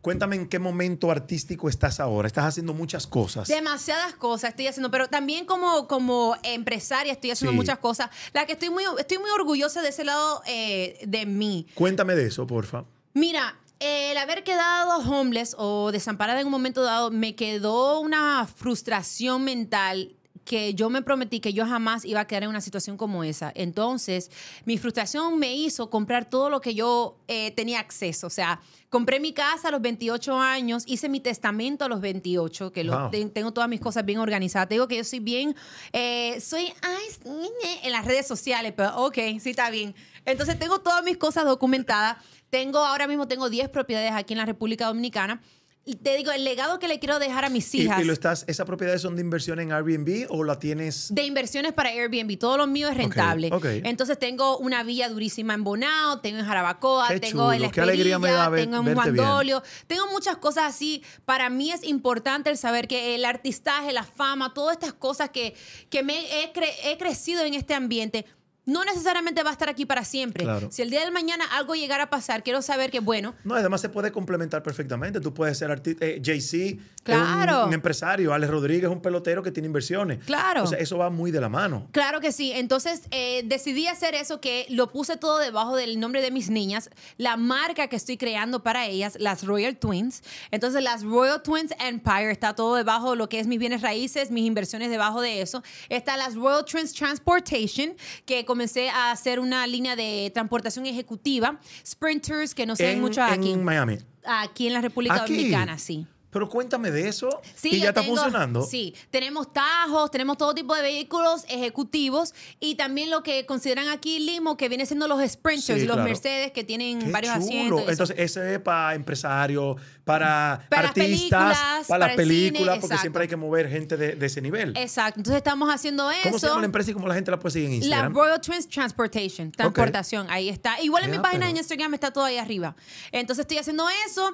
A: Cuéntame en qué momento artístico estás ahora. Estás haciendo muchas cosas.
B: Demasiadas cosas estoy haciendo, pero también como, como empresaria estoy haciendo
A: Sí.
B: muchas cosas. La que estoy muy, estoy muy orgullosa de ese lado eh, de mí.
A: Cuéntame de eso, porfa.
B: Mira, el haber quedado homeless o desamparada en un momento dado me quedó una frustración mental que yo me prometí que yo jamás iba a quedar en una situación como esa. Entonces, mi frustración me hizo comprar todo lo que yo eh, tenía acceso. O sea, compré mi casa a los 28 años, hice mi testamento a los 28, que lo
A: Wow.
B: ten- tengo todas mis cosas bien organizadas. Te digo que yo soy bien, eh, soy ay, sí, en las redes sociales, pero ok, sí está bien. Entonces tengo todas mis cosas documentadas. Tengo, ahora mismo tengo 10 propiedades aquí en la República Dominicana. Y te digo, el legado que le quiero dejar a mis
A: Y-
B: hijas
A: Y, lo estás, ¿Esas propiedades son de inversión en Airbnb o la tienes?
B: de inversiones para Airbnb. Todo lo mío es rentable.
A: ok.
B: Entonces tengo una villa durísima en Bonao, tengo en Jarabacoa,
A: Qué
B: tengo en La
A: chulo, qué alegría me da
B: Esperilla,
A: ver-
B: tengo en
A: verte
B: Juan
A: bien.
B: Dolio, tengo muchas cosas así. Para mí es importante el saber que el artistaje, la fama, todas estas cosas que, que me he, cre- he crecido en este ambiente. No necesariamente va a estar aquí para siempre.
A: Claro.
B: Si el día de mañana algo llegara a pasar, quiero saber que, bueno,
A: No, además se puede complementar perfectamente. Tú puedes ser artista. Jay-Z,
B: Claro.
A: un, empresario. Alex Rodríguez, un pelotero que tiene inversiones.
B: Claro.
A: O sea, eso va muy de la mano.
B: Claro que sí. Entonces eh, decidí hacer eso que lo puse todo debajo del nombre de mis niñas, la marca que estoy creando para ellas, las Royal Twins. Entonces las Royal Twins Empire está todo debajo de lo que es mis bienes raíces, mis inversiones debajo de eso. Está las Royal Twins Transportation, que comencé a hacer una línea de transportación ejecutiva, sprinters, que no se ven
A: en,
B: mucho aquí.
A: en Miami.
B: Aquí en la República
A: Aquí.
B: Dominicana, sí.
A: Pero cuéntame de eso.
B: Sí,
A: y
B: yo
A: ya está
B: tengo-
A: funcionando.
B: Sí, tenemos tajos, tenemos todo tipo de vehículos ejecutivos y también lo que consideran aquí limo, que viene siendo los sprinters,
A: Sí,
B: los
A: claro.
B: Mercedes que tienen
A: Qué
B: varios
A: chulo.
B: asientos. y eso.
A: Entonces, ese es para empresarios, para,
B: Para las
A: artistas,
B: películas,
A: para
B: para
A: las
B: el cine,
A: películas, porque
B: exacto.
A: siempre hay que mover gente de, de ese nivel.
B: Exacto, entonces estamos haciendo eso.
A: ¿Cómo se llama la empresa y cómo la gente la puede seguir en
B: La
A: Instagram?
B: Royal Trans Transportation, transportación, ahí está. Igual en mi
A: Ya,
B: página
A: pero-
B: en Instagram está todo ahí arriba. Entonces estoy haciendo eso,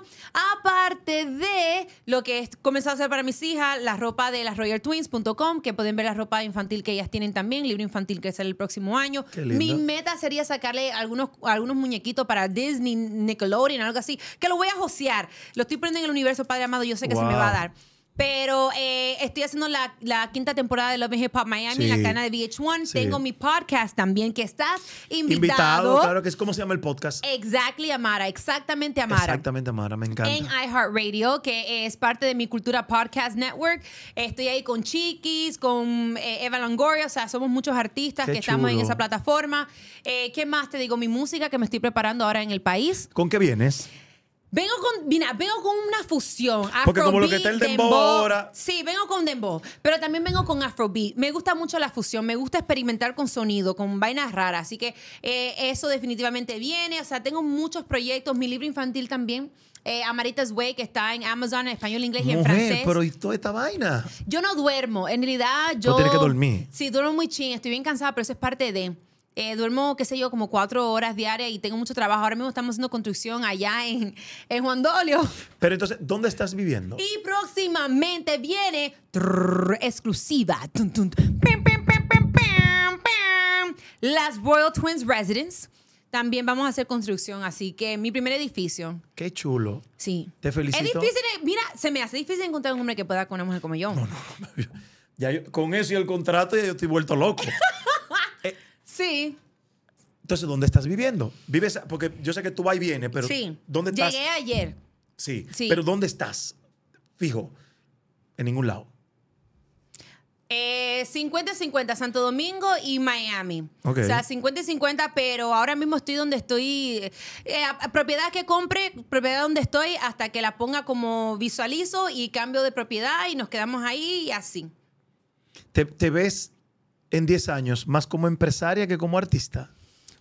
B: aparte de lo que he comenzado a hacer para mis hijas, la ropa de las royaltwins.com, que pueden ver la ropa infantil que ellas tienen también, libro infantil que sale el próximo año.
A: Qué lindo.
B: Mi meta sería sacarle algunos, algunos muñequitos para Disney, Nickelodeon, algo así, que lo voy a josear. Lo estoy poniendo en el universo, Padre Amado, yo sé que se me va a
A: Wow.
B: dar. Pero eh, estoy haciendo la, la quinta temporada de Love and Hip Hop Miami, en la
A: Sí.
B: cadena de VH1.
A: Sí.
B: Tengo mi podcast también, que estás invitado.
A: Invitado, claro que es. ¿Cómo se llama el podcast?
B: Exactly, Amara. Exactamente, Amara.
A: Exactamente, Amara, me encanta.
B: En iHeartRadio, que es parte de mi cultura podcast network. Estoy ahí con Chiquis, con eh, Eva Longoria, o sea, somos muchos artistas
A: Qué
B: que estamos en
A: chulo.
B: esa plataforma. Eh, ¿Qué más te digo? Mi música que me estoy preparando ahora en el país.
A: ¿Con qué vienes?
B: Vengo con, mira, vengo con una fusión.
A: Porque como lo que
B: Afrobeat,
A: está el dembow ahora.
B: Sí, vengo con dembow, pero también vengo con afrobeat. Me gusta mucho la fusión, me gusta experimentar con sonido, con vainas raras. Así que eh, eso definitivamente viene. O sea, tengo muchos proyectos. Mi libro infantil también, eh, Amaritas Way, que está en Amazon en español, inglés y en
A: Mujer,
B: francés.
A: pero ¿y toda esta vaina?
B: Yo no duermo. En realidad, yo.
A: tienes que dormir.
B: Sí, duermo muy ching. Estoy bien cansada, pero eso es parte de. Eh, duermo, qué sé yo, como cuatro horas diarias y tengo mucho trabajo. Ahora mismo estamos haciendo construcción allá en, en Juan Dolio.
A: Pero entonces, ¿dónde estás viviendo?
B: Y próximamente viene trrr, exclusiva. Tun, tun, pim, pim, pim, pim, pim, pim. Las Royal Twins Residence. También vamos a hacer construcción, así que mi primer edificio.
A: Qué chulo.
B: Sí.
A: Te felicito.
B: Es difícil, eh, mira, se me hace difícil encontrar un hombre que pueda con una mujer como yo.
A: Ya yo- con eso y el contrato, ya yo estoy vuelto loco.
B: Sí.
A: Entonces, ¿dónde estás viviendo? Vives, porque yo sé que tú vas y vienes, pero
B: sí.
A: ¿dónde estás?
B: Llegué ayer.
A: Sí.
B: Sí.
A: Pero ¿dónde estás? Fijo, en ningún lado.
B: Eh, 50-50, Santo Domingo y Miami.
A: Ok.
B: O sea, 50-50, pero ahora mismo estoy donde estoy. eh, a- a propiedad que compre, propiedad donde estoy, hasta que la ponga como visualizo y cambio de propiedad y nos quedamos ahí y así.
A: ¿Te, te ves en 10 años más como empresaria que como artista?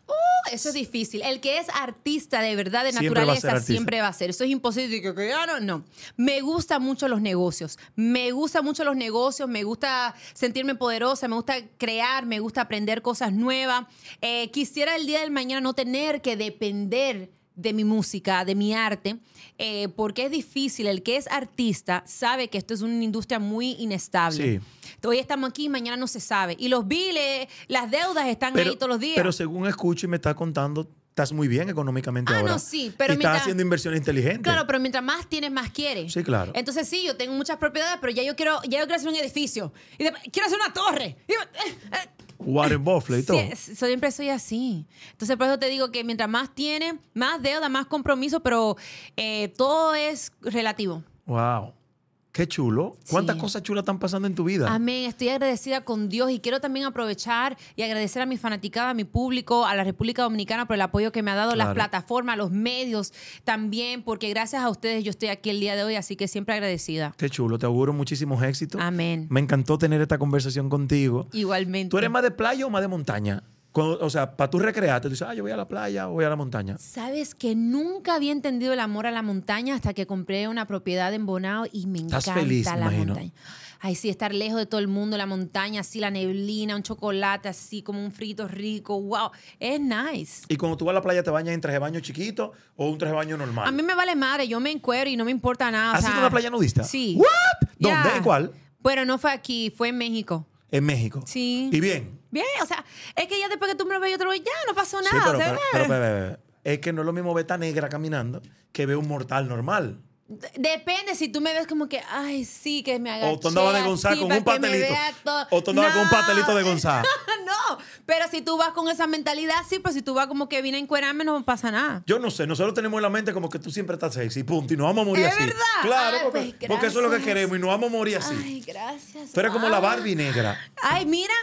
B: Oh, Eso es difícil. El que es artista de verdad, de
A: Siempre va a ser
B: naturaleza,
A: artista.
B: siempre va a ser. Eso es imposible. Que, que ya no, no. Me gustan mucho los negocios. Me gustan mucho los negocios. Me gusta sentirme poderosa. Me gusta crear. Me gusta aprender cosas nuevas. Eh, quisiera el día del mañana no tener que depender de mi música, de mi arte, eh, porque es difícil. El que es artista sabe que esto es una industria muy inestable. Hoy estamos aquí, mañana no se sabe. Y los biles, las deudas están ahí todos los días.
A: pero según escucho y me estás contando, estás muy bien económicamente
B: Ah,
A: ahora.
B: no, sí, pero
A: Y
B: mientras-
A: estás haciendo inversiones inteligentes.
B: Claro, pero mientras más tienes, más quieres.
A: Sí, claro.
B: Entonces sí, yo tengo muchas propiedades, pero ya yo quiero, ya yo quiero hacer un edificio. Y después, quiero hacer una torre. Y- eh, eh.
A: Warren Buffett y todo.
B: Sí, es- siempre soy así. Entonces por eso te digo que mientras más tienes, más deuda, más compromiso, pero eh, todo es relativo.
A: Wow. Qué chulo. ¿Cuántas
B: Sí.
A: cosas chulas están pasando en tu vida?
B: Amén, estoy agradecida con Dios y quiero también aprovechar y agradecer a mi fanaticada, a mi público, a la República Dominicana por el apoyo que me ha dado las
A: Claro.
B: plataformas, los medios también, porque gracias a ustedes yo estoy aquí el día de hoy, así que siempre agradecida.
A: Qué chulo. Te auguro muchísimos éxitos.
B: Amén.
A: Me encantó tener esta conversación contigo.
B: Igualmente.
A: ¿Tú eres más de playa o más de montaña? Cuando- o sea, para tú recrearte, tú dices, ah, yo voy a la playa o voy a la montaña.
B: Sabes que nunca había entendido el amor a la montaña hasta que compré una propiedad en Bonao y me
A: Estás
B: encanta
A: feliz,
B: la
A: me imagino.
B: montaña. Ay, sí, estar lejos de todo el mundo, la montaña, así la neblina, un chocolate así como un frito rico, wow, es nice.
A: Y cuando tú vas a la playa, ¿te bañas en traje de baño chiquito o un traje de baño normal?
B: A mí me vale madre, yo me encuero y no me importa nada. o
A: ¿Has
B: sea,
A: ido a una playa nudista?
B: Sí.
A: ¿What? ¿Dónde?
B: Yeah.
A: ¿Cuál?
B: Bueno, no fue aquí, fue en México.
A: En México.
B: Sí.
A: ¿Y bien?
B: Bien, o sea, es que ya después que tú me lo ves, yo te lo veo, ya no pasó nada.
A: sí, pero,
B: o sea,
A: pero- pero- pero- pero- es que no es lo mismo ver esta negra caminando que ver un mortal normal.
B: D- Depende si tú me ves como que, ay, sí, que me agaché.
A: O tú andabas de
B: así
A: Gonzalo con
B: para
A: un
B: que me
A: pastelito.
B: vea todo. eh,
A: O tú andabas con un pastelito de Gonzalo.
B: no, pero si tú vas con esa mentalidad, sí, pero si tú vas como que vine a encuerarme, no pasa nada.
A: Yo no sé, nosotros tenemos en la mente como que tú siempre estás sexy, punto, y nos vamos a morir
B: ¿Es
A: así.
B: verdad?
A: Claro,
B: Ay,
A: porque,
B: pues,
A: porque eso es lo que
B: gracias.
A: queremos y nos vamos a morir así.
B: Ay, gracias.
A: Tú eres como la
B: Ah.
A: Barbie negra.
B: Ay, mira,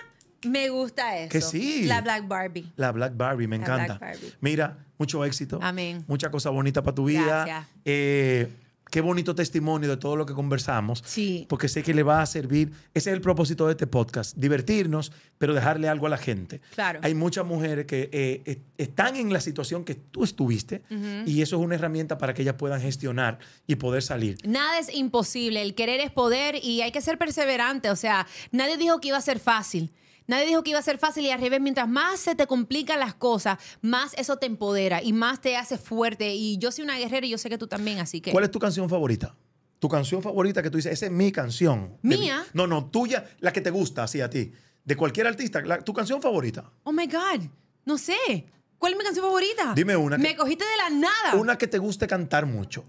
B: me gusta eso.
A: Que sí.
B: La Black Barbie.
A: La Black Barbie, me
B: La
A: encanta.
B: Black Barbie.
A: Mira, mucho éxito.
B: Amén.
A: Mucha cosa bonita para tu vida.
B: Gracias.
A: Eh, qué bonito testimonio de todo lo que conversamos.
B: Sí.
A: Porque sé que le va a servir. Ese es el propósito de este podcast: divertirnos, pero dejarle algo a la gente.
B: Claro.
A: Hay muchas mujeres que eh, est- están en la situación que tú estuviste y eso es una herramienta para que ellas puedan gestionar y poder salir.
B: Nada es imposible, el querer es poder y hay que ser perseverante, o sea, nadie dijo que iba a ser fácil. Nadie dijo que iba a ser fácil y al revés, mientras más se te complican las cosas, más eso te empodera y más te hace fuerte. Y yo soy una guerrera y yo sé que tú también, así que...
A: ¿Cuál es tu canción favorita? Tu canción favorita que tú dices, esa es mi canción. De mi-
B: ¿Mía?
A: no, no, tuya, la que te gusta, así a ti. De cualquier artista, la- tu canción favorita.
B: Oh my God, no sé. ¿Cuál es mi canción favorita?
A: Dime una que-
B: Me cogiste de la nada.
A: Una que te guste cantar mucho.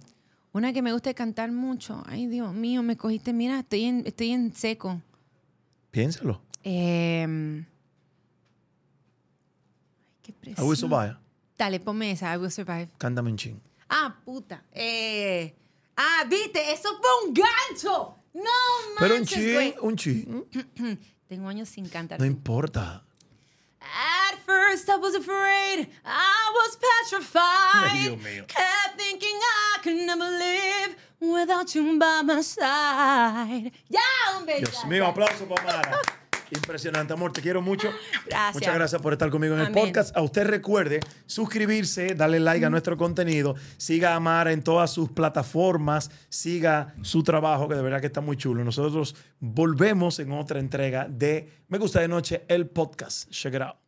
B: Una que me gusta cantar mucho. Ay, Dios mío, me cogiste, mira, estoy en, estoy en seco.
A: Piénsalo.
B: Em, Ay, qué
A: I will
B: presión.
A: survive.
B: Dale, ponme esa, I will survive.
A: Cántame un ching.
B: Ah, puta. Eh, ah, viste, eso fue un gancho. No manches,
A: Pero un ching,
B: güey.
A: un ching.
B: Mm-hmm. Tengo años sin cantar.
A: No importa.
B: At first I was afraid, I was petrified.
A: Dios mío.
B: Kept thinking I can never live without you by my side. Ya, hombre.
A: Dios
B: ya,
A: mío,
B: ya.
A: aplauso para Mara. Impresionante, amor, te quiero mucho.
B: Gracias.
A: Muchas gracias por estar conmigo en el
B: Amén.
A: podcast. A usted recuerde suscribirse, darle like a nuestro contenido, siga a Mara en todas sus plataformas, siga su trabajo, que de verdad que está muy chulo. Nosotros volvemos en otra entrega de Me Gusta de Noche, el podcast. Check it out.